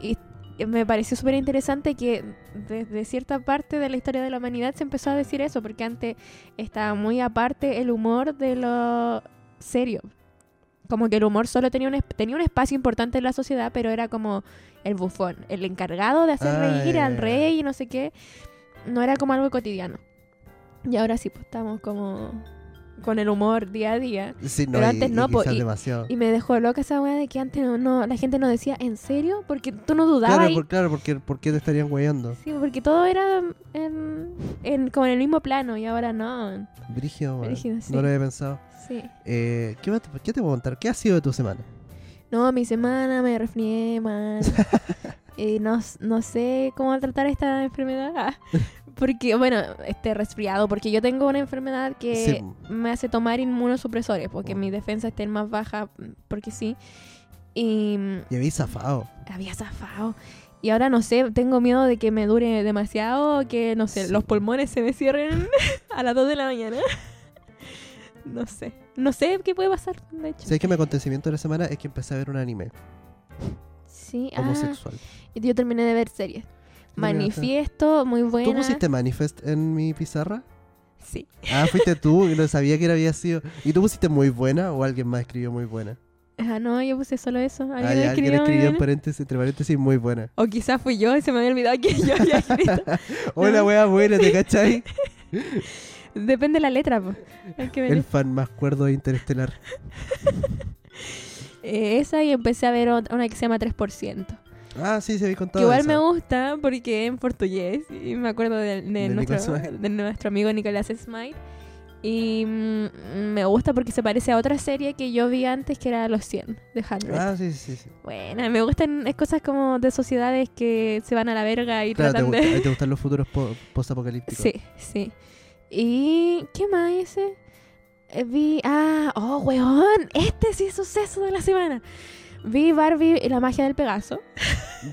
y me pareció súper interesante que desde cierta parte de la historia de la humanidad se empezó a decir eso, porque antes estaba muy aparte el humor de lo serio. Como que el humor solo tenía un, es- tenía un espacio importante en la sociedad, pero era como el bufón, el encargado de hacer Ah, reír ya, al ya, ya. rey y no sé qué. No era como algo cotidiano. Y ahora sí, pues estamos como con el humor día a día. [LAUGHS] Sí, no, Pero y- antes y no, po, quizás y- demasiado. Y me dejó loca esa weá de que antes no, no- la gente no decía, ¿en serio? Porque tú no dudabas. claro, y- por, claro, porque ¿por qué te estarían guayando? Sí, porque todo era en, en- como en el mismo plano y ahora no. Brígido, weón. Brígido, sí. No lo había pensado. Sí. Eh, ¿qué, más te- ¿Qué te puedo contar? ¿Qué ha sido de tu semana? No, mi semana me resfrié, [LAUGHS] man. y no, s- no sé cómo tratar esta enfermedad. [LAUGHS] Porque, bueno, este resfriado, porque yo tengo una enfermedad que Sí, po. me hace tomar inmunosupresores, porque Oh. mis defensas estén más bajas, porque sí. Y mm, Y habéis zafado. había zafado. Y ahora no sé, tengo miedo de que me dure demasiado, que no sé, Sí. los pulmones se me cierren [LAUGHS] a las 2 de la mañana. [LAUGHS] no sé. No sé qué puede pasar, de hecho. ¿Sabes que mi acontecimiento de la semana es que empecé a ver un anime Sí, ah, homosexual? y yo terminé de ver series. Manifiesto, muy buena. ¿Tú pusiste Manifest en mi pizarra? Sí. Ah, fuiste tú y no sabía que era había sido. ¿Y tú pusiste muy buena o alguien más escribió muy buena? Ah, no, yo puse solo eso. Alguien Ah, ya, alguien escribió, escribió en ¿no? paréntesis, entre paréntesis muy [LAUGHS] buena. O quizás fui yo y se me había olvidado que yo había escrito. [LAUGHS] Hola, No. wea buena, [LAUGHS] ¿te cachai? Depende de la letra, pues. Hay que ver. El fan más cuerdo de Interestelar. Eh, esa y empecé a ver ot- una que se llama 3%. Ah, sí, se había contado. Que igual esa. me gusta porque es en portugués. Y me acuerdo de, de De nuestro, Nicolás Smile. de nuestro amigo Nicolás Smile. Y mm, me gusta porque se parece a otra serie que yo vi antes que era Los 100 de 100. Ah, sí, sí, sí. Bueno, me gustan es cosas como de sociedades que se van a la verga y Claro, te, tratan de... gusta- te gustan los futuros po- [LAUGHS] postapocalípticos. Sí, sí. ¿Y qué más hice? Eh, Vi. Ah, oh, weón. Este sí es suceso de la semana. Vi Barbie y la magia del Pegaso.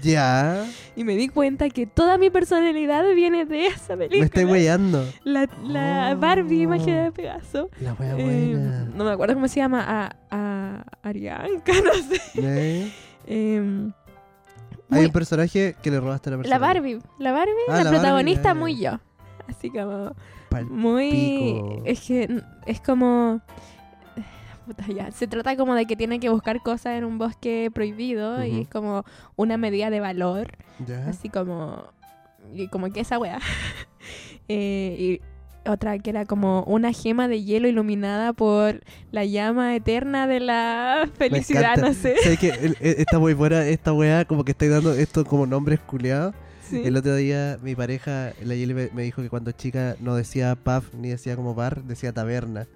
Ya, Y me di cuenta que toda mi personalidad viene de esa me estoy película. weyando. La, la Este Oh. Barbie magia del Pegaso. La wea Eh, buena. no me acuerdo cómo se llama. A, a Arianka, [LAUGHS] no sé. ¿Eh? Em, Hay muy- un personaje que le robaste a la persona. la Barbie. La Barbie, Ah, la, la Barbie, protagonista, ya, ya. muy yo. Así como. Pal- muy Pico. es que n- es como Puta, ya. se trata como de que tiene que buscar cosas en un bosque prohibido y Ujú. es como una medida de valor Ya. así como y como que esa wea [LAUGHS] Eh, y otra que era como una gema de hielo iluminada por la llama eterna de la [LAUGHS] felicidad encanta. [LAUGHS] no sé ¿Sabes que Está muy buena esta weá, como que estáis dando esto como nombres culiados. Sí. El otro día mi pareja, la Yeli, me- me dijo que cuando chica no decía pub ni decía como bar, decía taberna.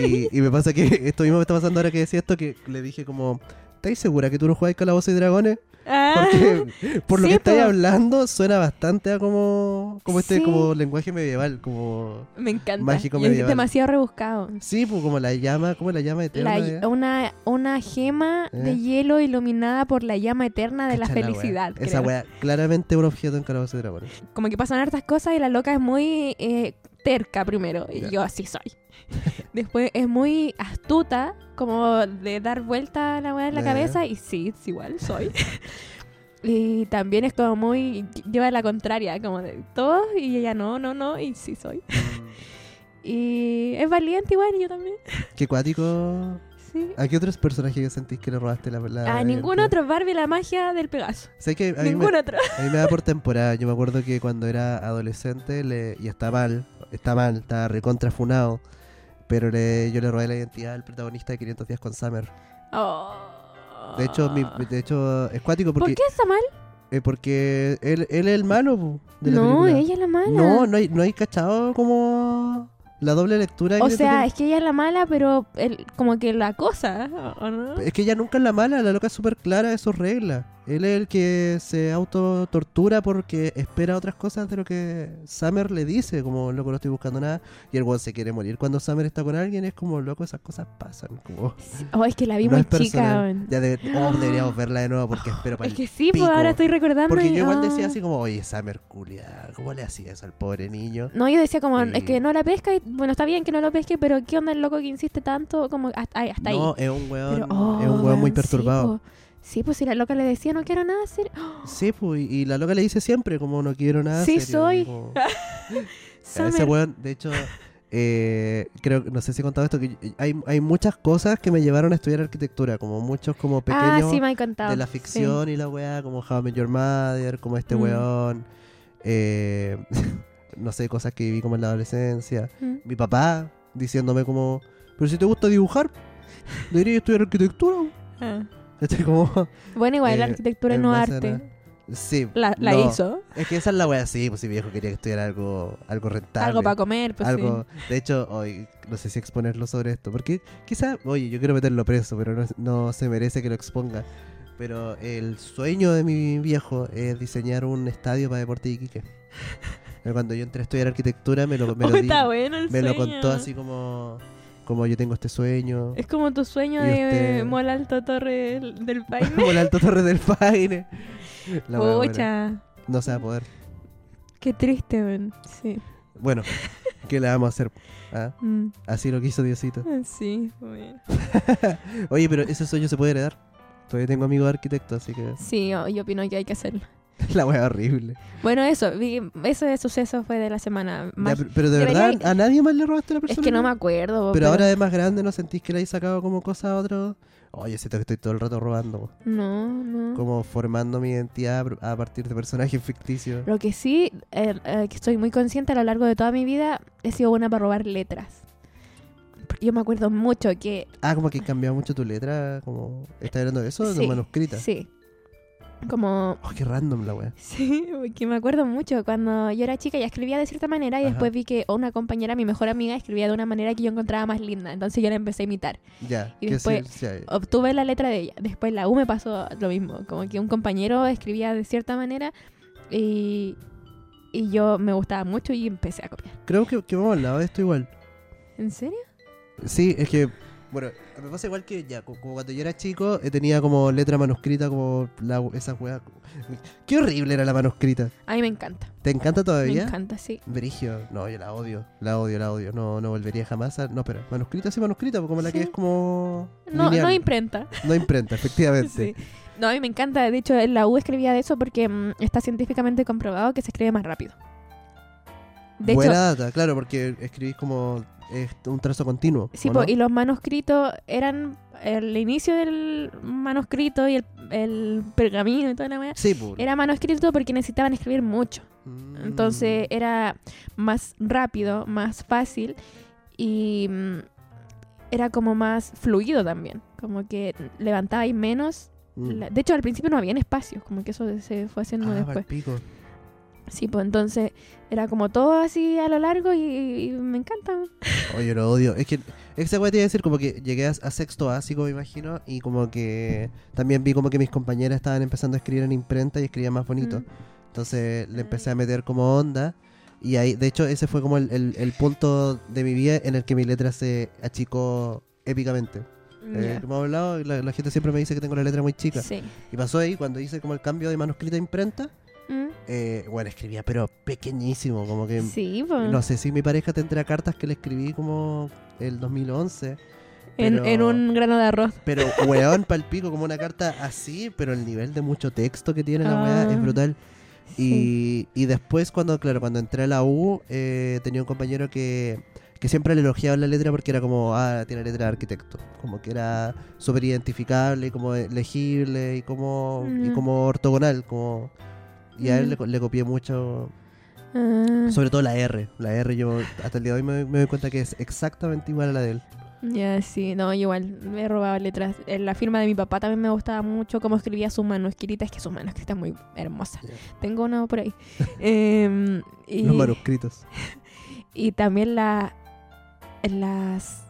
Y, [LAUGHS] y me pasa que esto mismo me está pasando ahora que decía esto, que le dije como, ¿estáis segura que tú no jugáis Calabozos y Dragones? Ah, Porque por lo Sí, que estáis po. hablando suena bastante a como, como este Sí. como lenguaje medieval, como... [LAUGHS] me encanta Mágico y es medieval. demasiado rebuscado Sí, pues como la llama, como la llama eterna. La- ya. una, una gema ¿Eh? de hielo iluminada por la llama eterna de Cacha la la weá. felicidad. Esa creo. weá, claramente un objeto en Calabozos y [LAUGHS] Dragones. Como que pasan hartas cosas y la loca es muy eh, terca primero. Y Ya. yo así soy. [LAUGHS] Después es muy astuta, como de dar vuelta a la weá en la Ya. cabeza. Y sí, es igual soy. [LAUGHS] y también es como muy. lleva la contraria, como de todos. Y ella no, no, no. Y sí soy. Y es valiente igual, y yo también. Qué cuático. Sí. ¿A qué otros personajes sentís que le robaste la la- A ningún la- otro Barbie la magia del Pegaso. Sé que a mí, me, Ningún otro. a mí me da por temporada. Yo me acuerdo que cuando era adolescente le, y está mal, está mal, está recontrafunado. Pero le, yo le robé la identidad al protagonista de 500 días con Summer. Oh. De hecho, mi- de hecho es cuático ¿Por porque, qué está mal? eh, porque él, él es el malo pu, de la No, película. ella es la mala. No, no hay, no hay cachado como la doble lectura. que o tú sea, ten- es que ella es la mala, pero el- como que la cosa, ¿o no? es que ella nunca es la mala, la loca es súper clara de sus reglas. Él es el que se autotortura porque espera otras cosas de lo que Summer le dice, como loco, no estoy buscando nada. Y el weón se quiere morir cuando Summer está con alguien, es como loco, esas cosas pasan. Como, Sí. Oh, es que la vi no muy es personal. chica, weón. Ya de- oh, deberíamos verla de nuevo porque [GASPS] espero para Es que sí, pues ahora estoy recordando. Porque y- yo igual ah. decía así como, oye, Summer culia, ¿cómo le hacía eso al pobre niño? No, yo decía como, Sí. es que no la pesca, y bueno, está bien que no lo pesque, pero ¿qué onda el loco que insiste tanto? Como hasta, ahí- hasta no, ahí. es un weón, Pero, oh, es un weón muy sí, perturbado. po. Sí, pues si la loca le decía, no quiero nada hacer. [GASPS] Sí, pues, y y la loca le dice siempre, como no quiero nada. Sí, serio", soy. como- A Summer. Ese weón, de hecho, eh, creo, no sé si he contado esto, que yo- hay, hay muchas cosas que me llevaron a estudiar arquitectura, como muchos como ah, pequeños sí, me han contado. de la Sí. ficción y la weá, como How I Met Your Mother, como este Mm. weón, eh, [LAUGHS] no sé, cosas que viví como en la adolescencia. Mm. Mi papá diciéndome como, pero si te gusta dibujar, deberías estudiar arquitectura. Ah. ¿Cachai? como, [LAUGHS] Bueno, igual la Eh, arquitectura en no base a arte. sí, La, la no, hizo. Es que esa es la weá, sí, pues si mi viejo quería que estudiar algo, algo rentable. Algo para comer, pues algo, de hecho, hoy no sé si exponerlo sobre esto, porque quizá, oye, yo quiero meterlo preso, pero no, no se merece que lo exponga. Pero el sueño de mi viejo es diseñar un estadio para Deporte de Iquique. Pero Cuando yo entré a estudiar arquitectura, me lo, sí. me lo, [LAUGHS] Oh, di- está bueno el me lo sueño. contó así como, como yo tengo este sueño. [LAUGHS] Es como tu sueño Y este de usted- Mola Alto Torre del, [LAUGHS] del Paine. Como el Alto Torre del Paine. La wea buena. Pucha, No se va a poder. qué triste, weón. Sí. Bueno, ¿qué le vamos a hacer? Ah, Mm. Así lo quiso Diosito. Ah, Sí, bueno. Oye, pero ese sueño se puede heredar. Todavía tengo amigos arquitectos, así que Sí, yo, yo opino que hay que hacerlo. [LAUGHS] la wea horrible. Bueno, eso, vi, ese suceso fue de la semana. Ya, Más- pero- pero de Debería- verdad, ¿a nadie más le robaste la persona? es que no me acuerdo. Pero, ahora de más grande, ¿no sentís que le hayas sacado como cosa a otro? Oye, siento que estoy todo el rato robando, po. No, no. como formando mi identidad a- a partir de personajes ficticios. Lo que sí, eh, eh, que estoy muy consciente a lo largo de toda mi vida, he sido buena para robar letras. Porque Yo me acuerdo mucho que... Ah, como que cambiaba mucho tu letra, como... ¿Estás hablando de eso? sí, De manuscrita. Sí. Como... Oh, qué random la wea. Sí, porque me acuerdo mucho cuando yo era chica ya escribía de cierta manera y Ajá. después vi que una compañera, mi mejor amiga, escribía de una manera que yo encontraba más linda. Entonces yo la empecé a imitar. Ya, Y que sí, después- sí, hay. obtuve la letra de ella. Después la U me pasó lo mismo, como que un compañero escribía de cierta manera y, y yo me gustaba mucho y empecé a copiar. Creo que, que vamos al lado de esto igual. ¿En serio? Sí, es que, bueno, me pasa igual que ya, co- como cuando yo era chico, eh, tenía como letra manuscrita, como la, esas weas. Qué horrible era la manuscrita. A mí me encanta, ¿Te encanta me todavía? encanta, sí. Brigio, no, yo la odio, la odio, la odio. No, no volvería jamás a. No, espera, manuscrita sí, manuscrita, como la que Sí. es como. No, lineal. [LAUGHS] no imprenta. [LAUGHS] No imprenta, efectivamente. Sí. No, a mí me encanta. De hecho, en la U escribía de eso porque mm, está científicamente comprobado que se escribe más rápido. De Buena hecho, data, claro, porque escribís como eh, un trazo continuo. sí, ¿o po, no? y los manuscritos eran el inicio del manuscrito y el, el pergamino y toda la manera. Sí, po. Era manuscrito porque necesitaban escribir mucho. Mm. Entonces era más rápido, más fácil y mm, era como más fluido también. Como que levantabais menos. Mm. la- De hecho, al principio no habían espacios, como que eso se fue haciendo Ah, después. palpico. Sí, pues entonces era como todo así a lo largo y, y me encanta. Oye, lo odio. Es que esa weá te iba a decir como que llegué a, a sexto básico, me imagino, y como que también vi como que mis compañeras estaban empezando a escribir en imprenta y escribían más bonito. Mm. Entonces le empecé Ah. a meter como onda. Y ahí, de hecho, ese fue como el, el- el punto de mi vida en el que mi letra se achicó épicamente. Eh, Mm. Ya. como hemos hablado, la, la gente siempre me dice que tengo la letra muy chica. Sí. Y pasó ahí cuando hice como el cambio de manuscrito a imprenta. Mm, eh, bueno, escribía, pero pequeñísimo, como que Sí, pues. em, no sé si mi pareja tendrá cartas que le escribí como el 2011, en, pero- en un grano de arroz. pero weón [LAUGHS] palpico como una carta así, pero el nivel de mucho texto que tiene la Ah, weá es brutal. Sí. Y, y después cuando, claro, cuando entré a la U, eh, tenía un compañero que, que siempre le elogiaba la letra porque era como, ah, tiene letra de arquitecto, como que era súper identificable, y como legible y como, y Ujú. como ortogonal, como... Y a él Ujú. le co- le copié mucho Ah, sobre todo la R. La R yo hasta el día de hoy me, me doy cuenta que es exactamente igual a la de él. Ya, sí, no, igual me he robado letras. Eh, La firma de mi papá también me gustaba mucho, cómo escribía su manuscrita, es que su manuscrita es muy hermosa. Ya. Tengo una [LAUGHS] por ahí. Em, y, Los manuscritos. y también la, las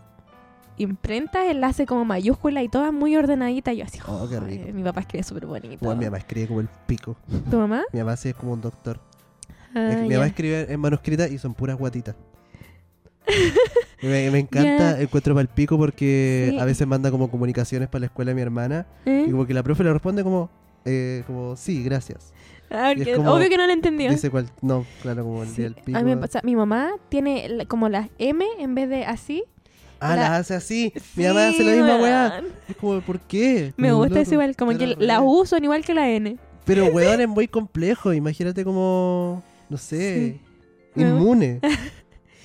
imprentas, enlace como mayúscula y todas muy ordenaditas. Yo así, Oh, qué "Joder, rico". mi papá escribe súper bonito. Bueno, mi mamá escribe como el pico. ¿Tu mamá? Mi mamá sí es como un doctor. Ah, Es que mi ya. mamá escribe en manuscrita y son puras [LAUGHS] guatitas. Y me, me encanta, encuentro para el pico porque Sí. a veces manda como comunicaciones para la escuela de mi hermana ¿Eh? y como que la profe le responde como, eh, como sí, gracias. Ah, y es que- como- obvio que no lo entendió. Dice cual, no, claro, como el Sí, día del pico. a mí me pasa- mi mamá tiene la- como las M en vez de así. ah, la- la hace así. Mi mamá hace la misma Sí, weá. weón. Es como, ¿por qué? Me Como, gusta eso loco, igual, como era que al la revés. U son igual que la N. Pero weón es muy complejo, imagínate como, no sé, Me gusta. inmune.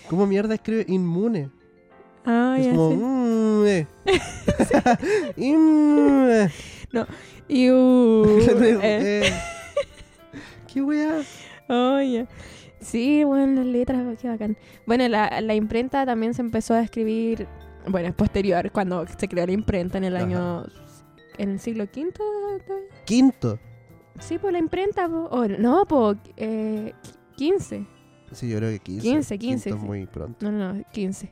¿Cómo mierda escribe inmune? Ah, es ya como... sé. mm, eh. [LAUGHS] [LAUGHS] Mm, eh. Y U, [LAUGHS] eh. Eh. ¿Qué weá? Oh, ya. Sí, bueno, las letras, qué bacán. Bueno, la, la imprenta también se empezó a escribir, bueno, es posterior, cuando se creó la imprenta en el Ajá. año, en el siglo V. tal- Quinto. Sí, pues la imprenta, po, o no, pues eh, 15. Sí, yo creo que 15. 15, 15, Quinto sí. muy pronto. No, no, no, 15.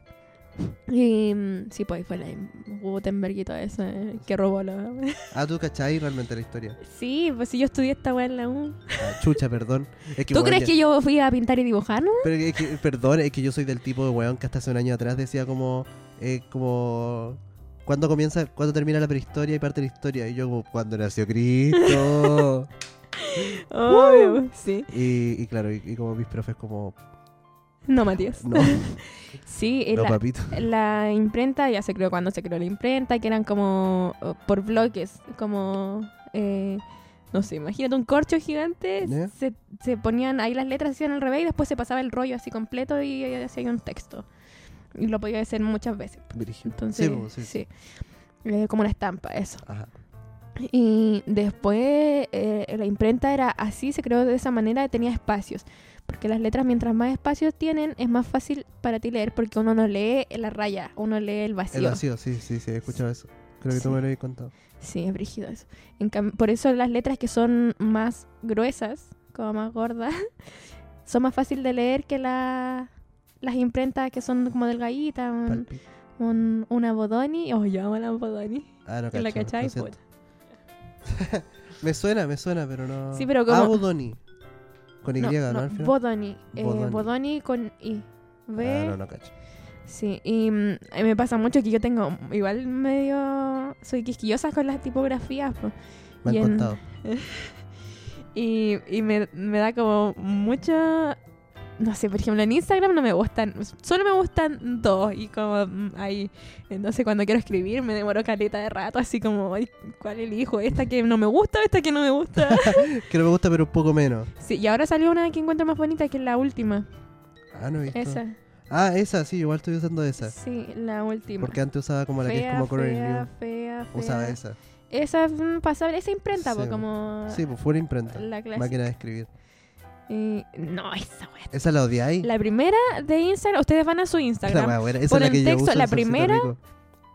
Y mm, sí, pues ahí fue la im- Gutenberg y todo eso, eh, que robó la... Ah, tú cachai realmente la historia. [LAUGHS] Sí, pues si yo estudié esta weá en la U. Ah, chucha, perdón. Es que, ¿Tú weón, crees ya- que yo fui a pintar y dibujar, no? Pero es que, perdón, es que yo soy del tipo de weón que hasta hace un año atrás decía como... eh, como... ¿Cuándo comienza, cuándo termina la prehistoria y parte de la historia? Y yo como, cuando nació [LAUGHS] Cristo? Obvio, sí. y, y claro, y, y como mis profes como, [LAUGHS] No, Matías. no, Sí, eh, no la, papito. la imprenta ya se creó cuando se creó la imprenta, que eran como eh, por bloques, como, eh, no sé, imagínate un corcho gigante, ¿Ya? se, se ponían ahí las letras, se hacían al revés y después se pasaba el rollo así completo y eh, hacía un texto. Y lo podía hacer muchas veces. Brígido. Entonces, Sí, pues, sí. sí. Eh, como una estampa, eso. Ajá. Y después eh, la imprenta era así, se creó de esa manera, tenía espacios. Porque las letras, mientras más espacios tienen, es más fácil para ti leer, porque uno no lee la raya, uno lee el vacío. El vacío, sí, sí, sí, he escuchado eso. Creo que tú Sí. me lo habías contado. Sí, es brígido eso. En cam- por eso las letras que son más gruesas, como más gordas, [LAUGHS] son más fácil de leer que la- las imprentas que son como delgaditas, un, Palpi. un, una bodoni. Oh, yo amo la bodoni. Ah, no, Que la cacho, lo cachai, siento. puta. Me suena, me suena, pero no. Sí, pero como- Abudoni. Con Y, ¿no? No, no, Al final. bodoni. Eh, Bodoni. bodoni con i. B. Ah, no, no, cacho. Sí, y mm, a mí me pasa mucho que yo tengo igual medio... Soy quisquillosa con las tipografías. po. Me han Y en- contado. Y, y me, me da como mucho... No sé, por ejemplo, en Instagram no me gustan... Solo me gustan dos y como mm, ahí... Entonces cuando quiero escribir me demoro caleta de rato así como... "Ay, ¿Cuál elijo? ¿Esta que no me gusta o esta que no me gusta? [LAUGHS] Que no me gusta, pero un poco menos. sí, y ahora salió una que encuentro más bonita que es la última. Ah, no he visto. Esa. Ah, esa, sí, igual estoy usando esa. Sí, la última. Porque antes usaba como la que es Fea, como Coral fea, New. fea, Usaba fea. esa. Esa mm, pasable, esa imprenta, Sí, po, po. como Sí, pues fuera imprenta. Ah. la clase. Máquina de escribir. no, esa wea. ¿Esa la odiáis? La primera de Instagram, ustedes van a su Esa Instagram, wea buena. Esa es Por la el que yo texto, uso. en la Solcito primera, Rico.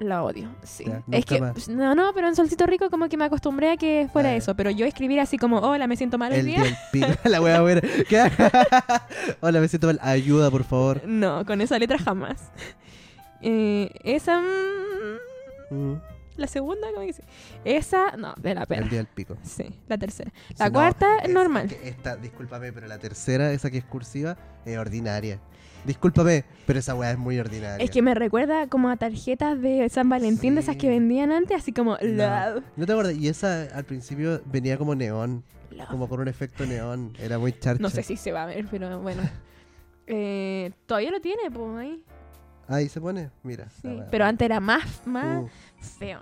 la odio. Sí. Ya, es nunca que más. no, no, pero en Solcito Rico como que me acostumbré a que fuera Ah, ya. eso, pero yo escribir así como, "Hola, me siento mal hoy El día." día del pico. [LAUGHS] La wea buena. ¿Qué? [LAUGHS] Hola, me siento mal. Ayuda, por favor. No, con esa letra jamás. [LAUGHS] Eh, esa mm, Mm. la segunda, ¿cómo dice? Esa, no, de la El pena. día del pico. Sí, la tercera. La Si no, cuarta es normal. que Esta, discúlpame, pero la tercera, esa que es cursiva, es ordinaria. Discúlpame, pero esa weá es muy ordinaria. Es que me recuerda como a tarjetas de San Valentín, de esas Sí. que vendían antes, así como No. love. ¿No te acuerdas? Y esa al principio venía como neón, love. como con un efecto neón. Era muy charcha. No sé si se va a ver, pero [LAUGHS] bueno. Eh, todavía lo tiene, pues ahí. Ahí se pone, mira. Sí, la weá. Pero antes era más, más Uh, feo.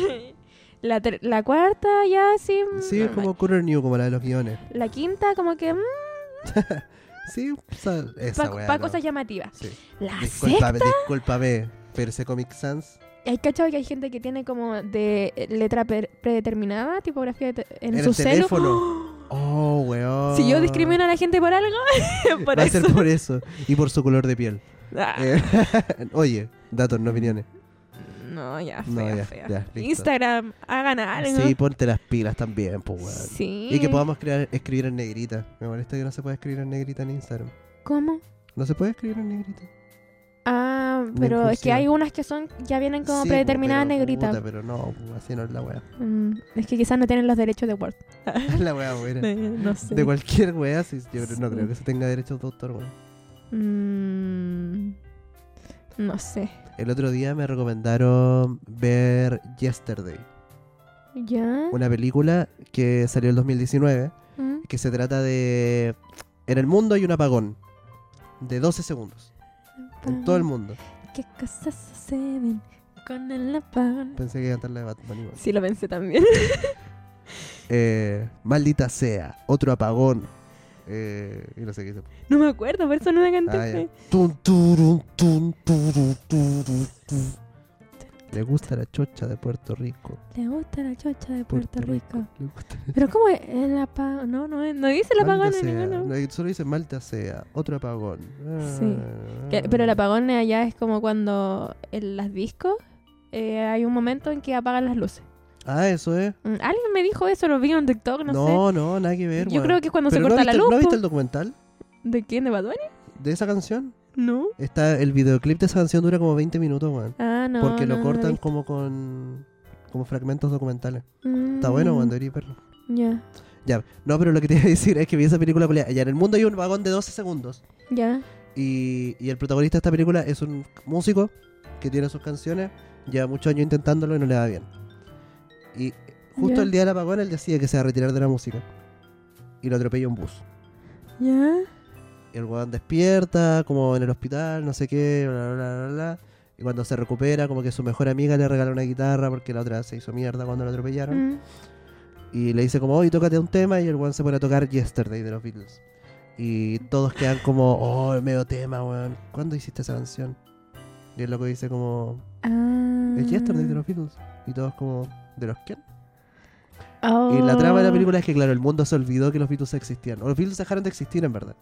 [LAUGHS] la, ter- la cuarta ya sí. mm, sí, es normal. como Current New, como la de los guiones. La quinta como que... mm, Sí, esa, esa para weá, no. cosas llamativas. Sí. La sexta. Discúlpame, discúlpame. Pero ese Comic Sans, Hay cachado que hay gente que tiene como de eh, letra pre- predeterminada, tipografía de- en, En su el celu. teléfono. ¡Oh! oh, weón. [GASPS] Si yo discrimino a la gente por algo, [LAUGHS] por Va a eso. ser por eso. Y por su color de piel. Ah. Eh, [LAUGHS] oye, datos, no opiniones. No, ya, No, fea, ya, fea. ya, listo. Mm, Instagram, hagan algo. Sí, ponte las pilas también, pues, weón. Sí. Y que podamos crear- escribir en negrita. Me molesta que no se pueda escribir en negrita en Instagram. ¿Cómo? No se puede escribir en negrita. Ah, Ya, pero es que cursiva. hay unas que son ya vienen como Sí, pues, predeterminadas pero, negritas. puta, pero no, pues, así no es la [LAUGHS] wea. Mm, es que quizás no tienen los derechos de Word. la wea buena. no sé. De cualquier wea, sí, yo creo- no Sí. creo que se tenga derechos de autor, weón. Mm, no sé. El otro día me recomendaron ver Yesterday, ¿Ya? una película que salió en el 2019, Mm. que se trata de... En el mundo hay un apagón de 12 segundos, en todo el mundo. ¿Qué cosas se ven con el apagón? Pensé que iba a cantar la de Batman. igual. Sí, lo pensé también. [LAUGHS] Eh, maldita sea, otro apagón. Eh, y no sé qué dice. No me acuerdo, por eso no la Ah, ya. canté. Tun, turun, tun, turun, turun, tun. Le gusta la chocha de Puerto Rico. Le gusta la chocha de Puerto Puerto, Rico. Le gusta- Pero ¿cómo es el apagón? No, no, es- no dice [LAUGHS] el apagón Maldita en sea. ninguno. No, Solo dice Malta sea, otro apagón. Ah. Sí. Que- pero el apagón allá es como cuando en las discos eh, hay un momento en que apagan las luces. Ah, eso es. Mm, Alguien me dijo eso, lo vi en TikTok, no, No, sé. no, nada que ver. Yo weón. creo que es cuando se Pero corta ¿no la viste- luz. ¿No po. viste el documental ¿De quién? ¿De Bad Bunny? de esa canción? No. Está el videoclip de esa canción dura como 20 minutos, weón. Ah, no. porque no, lo no cortan vi. como con como fragmentos documentales. Está Mm, bueno, weón, debería verlo. Ya, Ya, no, pero lo que te iba a decir es que vi esa película culiá. Ya en el mundo hay un vagón de 12 segundos. ya. Y, y el protagonista de esta película es un músico que tiene sus canciones, lleva muchos años intentándolo y no le va bien. Y justo Ya. el día del apagón él decide que se va a retirar de la música. Y lo atropella un bus. Ya. Y el weón despierta, como en el hospital, no sé qué, bla, bla, bla, bla, bla. Y cuando se recupera, como que su mejor amiga le regala una guitarra porque la otra se hizo mierda cuando lo atropellaron. Mm. Y le dice como, hoy tócate un tema y el weón se pone a tocar Yesterday de los Beatles. Y todos quedan como, oh, el medio tema, weón. ¿Cuándo hiciste esa canción? Y el loco dice como, Ah. es Yesterday de los Beatles. Y todos como, ¿de los quién? Y la trama de la Oh. película es que, claro, el mundo se olvidó que los Beatles existían. O los Beatles dejaron de existir, en verdad.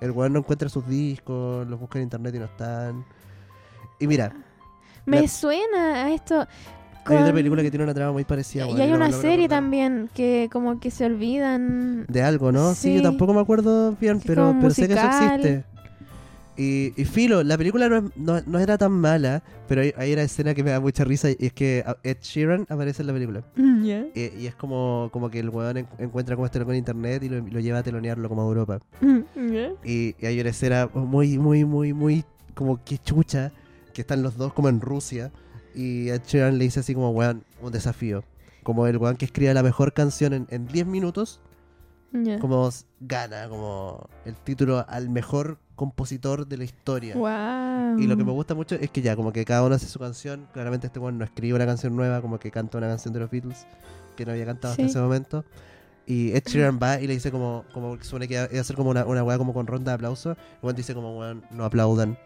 El weón no encuentra sus discos, los busca en internet y no están. Y mira, Me la- suena a esto. hay otra con- película que tiene una trama muy parecida. weón, Y hay no me una logro serie acordar también que como que se olvidan. De algo, ¿no? Sí, yo Sí. tampoco me acuerdo bien, Es pero, como pero sé que eso musical. existe. Y, y Filo, la película no, es- no- no era tan mala, pero hay, hay una escena que me da mucha risa y es que a- Ed Sheeran aparece en la película. Ya. Eh, y es como, como que el weón en- encuentra como este loco en internet y lo, lo lleva a telonearlo como a Europa. Ya. Y, y hay una escena muy, muy, muy, muy como que chucha, que están los dos como en Rusia. Y Ed Sheeran le dice así como, weón, un desafío. Como el weón que escribe la mejor canción en en 10 minutos, Ya. como s- gana, como el título al mejor compositor de la historia. Wow. Y lo que me gusta mucho es que ya, como que cada uno hace su canción. Claramente este weón no escribe una canción nueva, como que canta una canción de los Beatles, que no había cantado Sí. hasta ese momento. Y Ed Sheeran va y le dice como, como que supone que iba a hacer como una, una weá como con ronda de aplausos. El weón dice como, weón, no aplaudan.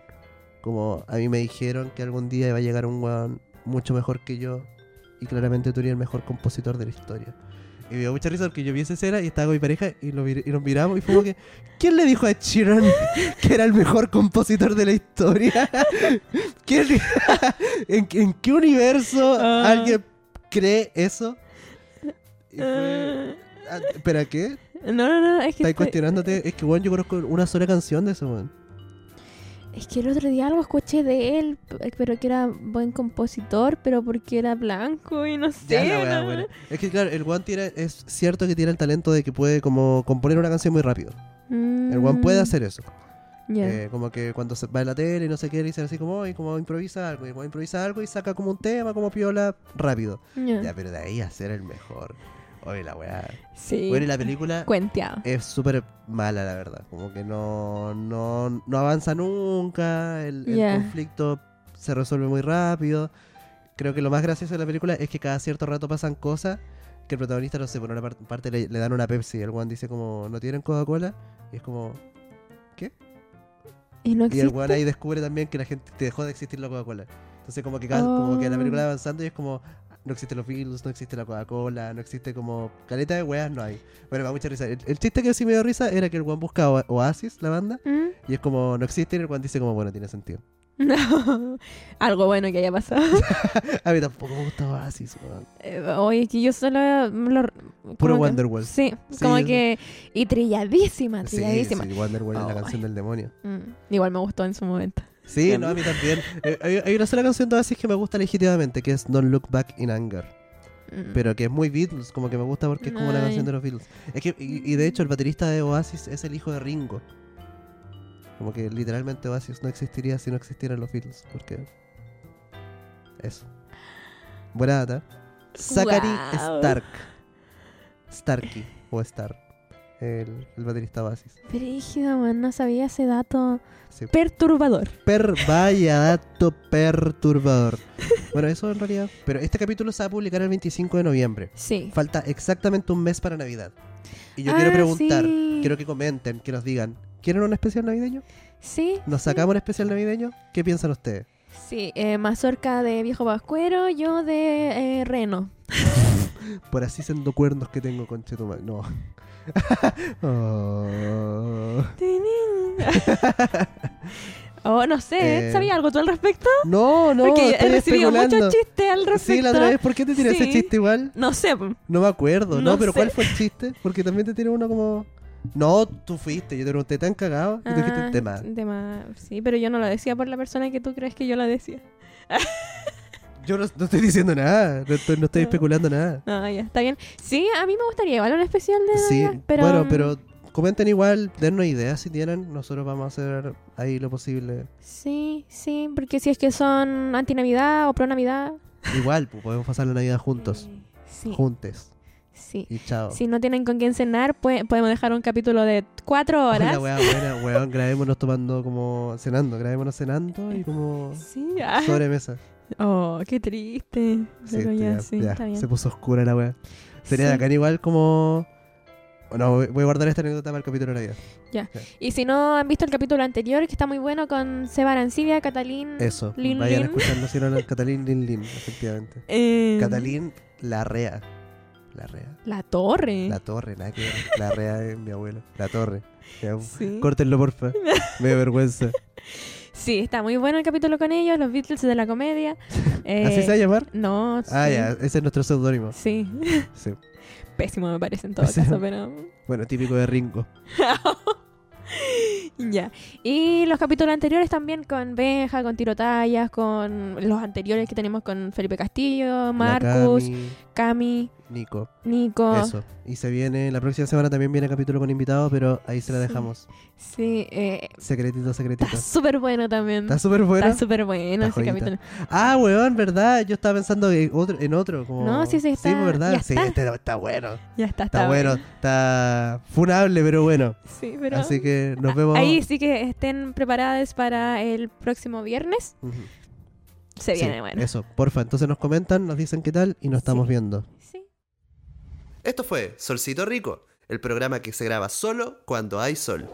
Como a mí me dijeron que algún día iba a llegar un weón mucho mejor que yo. Y claramente tú eres el mejor compositor de la historia. Y me dio mucha risa porque yo vi esa escena y estaba con mi pareja y, lo mir- y nos miramos y fue como que, ¿quién le dijo a Ed Sheeran [LAUGHS] que era el mejor compositor de la historia? [LAUGHS] ¿Quién- [LAUGHS] en, en qué universo Ah. alguien cree eso? Y fue- Ah, ah, ¿Espera qué? No, no, no, es que, ¿Estás estoy- cuestionándote? Es que, weón, yo conozco una sola canción de eso, weón. es que el otro día algo escuché de él, p- pero que era buen compositor, pero porque era blanco y no sé. Ya la weá, ¿no? buena. Es que, claro, el weón tiene, es cierto que tiene el talento de que puede como componer una canción muy rápido. El weón Mm, puede hacer eso. ya. Eh, como que cuando se va en la tele y no sé qué, le dicen así como, y como improvisa algo, y como improvisa algo y saca como un tema, como piola, rápido. ya. Ya, pero de ahí a ser el mejor. Oye, la weá. Sí. Bueno, y la película Cuenteado. es súper mala, la verdad. Como que no, no, no avanza nunca, el, el Ya. conflicto se resuelve muy rápido. Creo que lo más gracioso de la película es que cada cierto rato pasan cosas que el protagonista, no sé, por una par- parte le, le dan una Pepsi, el one dice como, ¿no tienen Coca-Cola? Y es como, Y no y existe. el weón ahí descubre también que la gente te dejó de existir la Coca-Cola. Entonces como que, cada- como que la Oh. película va avanzando y es como no existen los Beatles, no existe la Coca-Cola, no existe como caleta de weas, no hay. Bueno, me da mucha risa. El, el chiste que sí me dio risa era que el weón busca Oa- Oasis, la banda, Mm. y es como no existe y el weón dice como bueno, tiene sentido. [LAUGHS] No. [LAUGHS] Algo bueno que haya pasado. A mí tampoco me gusta Oasis, weón. Eh, Oye, es que yo solo. lo- como Puro que- Wonderwall. Sí, Sí, como eso. que. Y trilladísima, Sí, trilladísima. sí, Wonderwall es la Oh. canción del demonio. Mm, igual me gustó en su momento. Sí, Ya, no, ¿no? a mí también. Eh, hay, hay una sola canción de Oasis que me gusta legítimamente, que es Don't Look Back in Anger. Mm. Pero que es muy Beatles, como que me gusta porque es como la Ay. canción de los Beatles. Es que, y, y de hecho, el baterista de Oasis es el hijo de Ringo. Como que literalmente Oasis no existiría si no existieran los Beatles. Porque. Eso. Buena data. Zachary Guau. Stark. Starkey o Star. El, el baterista Oasis. Brígido, man, no sabía ese dato Sí. perturbador. Per vaya dato perturbador. Bueno, eso en realidad. Pero este capítulo se va a publicar el 25 de noviembre. Sí. Falta exactamente un mes para Navidad. Y yo Ah, quiero preguntar, sí. quiero que comenten, que nos digan, ¿quieren un especial navideño? Sí, ¿Nos sacamos un especial navideño? ¿Qué piensan ustedes? sí. eh, mazorca de viejo vascuero, yo de eh, [LAUGHS] reno. Por así siendo cuernos que tengo con Chetumal. No. [LAUGHS] Oh. oh, no sé, Eh, ¿sabía algo tú al respecto? No, no, Porque he estoy recibido especulando. muchos chistes al respecto. Sí, la otra vez, ¿por qué te tiré ese Sí. chiste igual? No sé. po. No me acuerdo, no, No pero sé. ¿cuál fue el chiste? Porque también te tiré uno como. No, tú fuiste, yo te pregunté, ¿te han cagado? Y tú dijiste Ah, el tema. tema, Sí, pero yo no lo decía por la persona que tú crees que yo lo decía. Yo no, no estoy diciendo nada, no estoy, no estoy No. especulando nada. No, ya, está bien. Sí, a mí me gustaría igual un especial de Sí, Navidad, pero, bueno, mm, pero comenten igual, dennos ideas si tienen, nosotros vamos a hacer ahí lo posible. Sí, sí, porque si es que son anti-Navidad o pro-Navidad... Igual, pues, podemos pasar la Navidad juntos, eh, Sí, juntes, sí. y chao. Si no tienen con quién cenar, pue- podemos dejar un capítulo de cuatro Hola, horas. weá, buena, weón, grabémonos tomando como cenando, grabémonos cenando y como sí, ah. sobremesa. Oh, qué triste. Sí, Pero ya, ya, sí, ya, está bien. se puso oscura la weá. Sería Sí. de acá igual como... Bueno, voy voy a guardar esta anécdota para el capítulo de Navidad. Y si no han visto el capítulo anterior, que está muy bueno con Seba Arancibia, Catalín... Eso, Lin, vayan lin. a escucharnos, si no, no, Catalín Lin Lin, efectivamente. eh, Catalín Larrea. Larrea. La Torre. La torre, nada que ver. Larrea es mi abuelo. La torre. Ya, Sí. Córtenlo, porfa. Me da vergüenza. Sí, está muy bueno el capítulo con ellos, los Beatles de la comedia. [LAUGHS] Eh, [LAUGHS] ¿Así se va a llamar? No, sí. Ah, ya, ese es nuestro seudónimo. Sí, [LAUGHS] Sí. pésimo me parece en todo Sí. caso, pero Bueno, típico de Ringo. ya. Y los capítulos anteriores también con Benja, con Tirotallas, con los anteriores que tenemos con Felipe Castillo, Marcus, Oh. Nakami, Cami, Nico. Nico. Eso. Y se viene, la próxima semana también viene capítulo con invitados, pero ahí se la Sí. dejamos. Sí, eh, Secretito, secretito. está súper bueno también. Está súper bueno. Está súper bueno Está ese joyita. capítulo. Ah, weón, verdad. Yo estaba pensando en otro. En otro como... No, sí, Sí, sí, está- verdad. ya sí, está. este está bueno. Ya está, está, Está, bueno, está funable, pero bueno. Sí, pero Así que nos vemos. ahí sí que estén preparadas para el próximo viernes. Ujú. Se Sí, viene bueno. Eso, porfa. Entonces nos comentan, nos dicen qué tal y nos estamos Sí. viendo. Sí. Esto fue Solcito Rico, el programa que se graba solo cuando hay sol.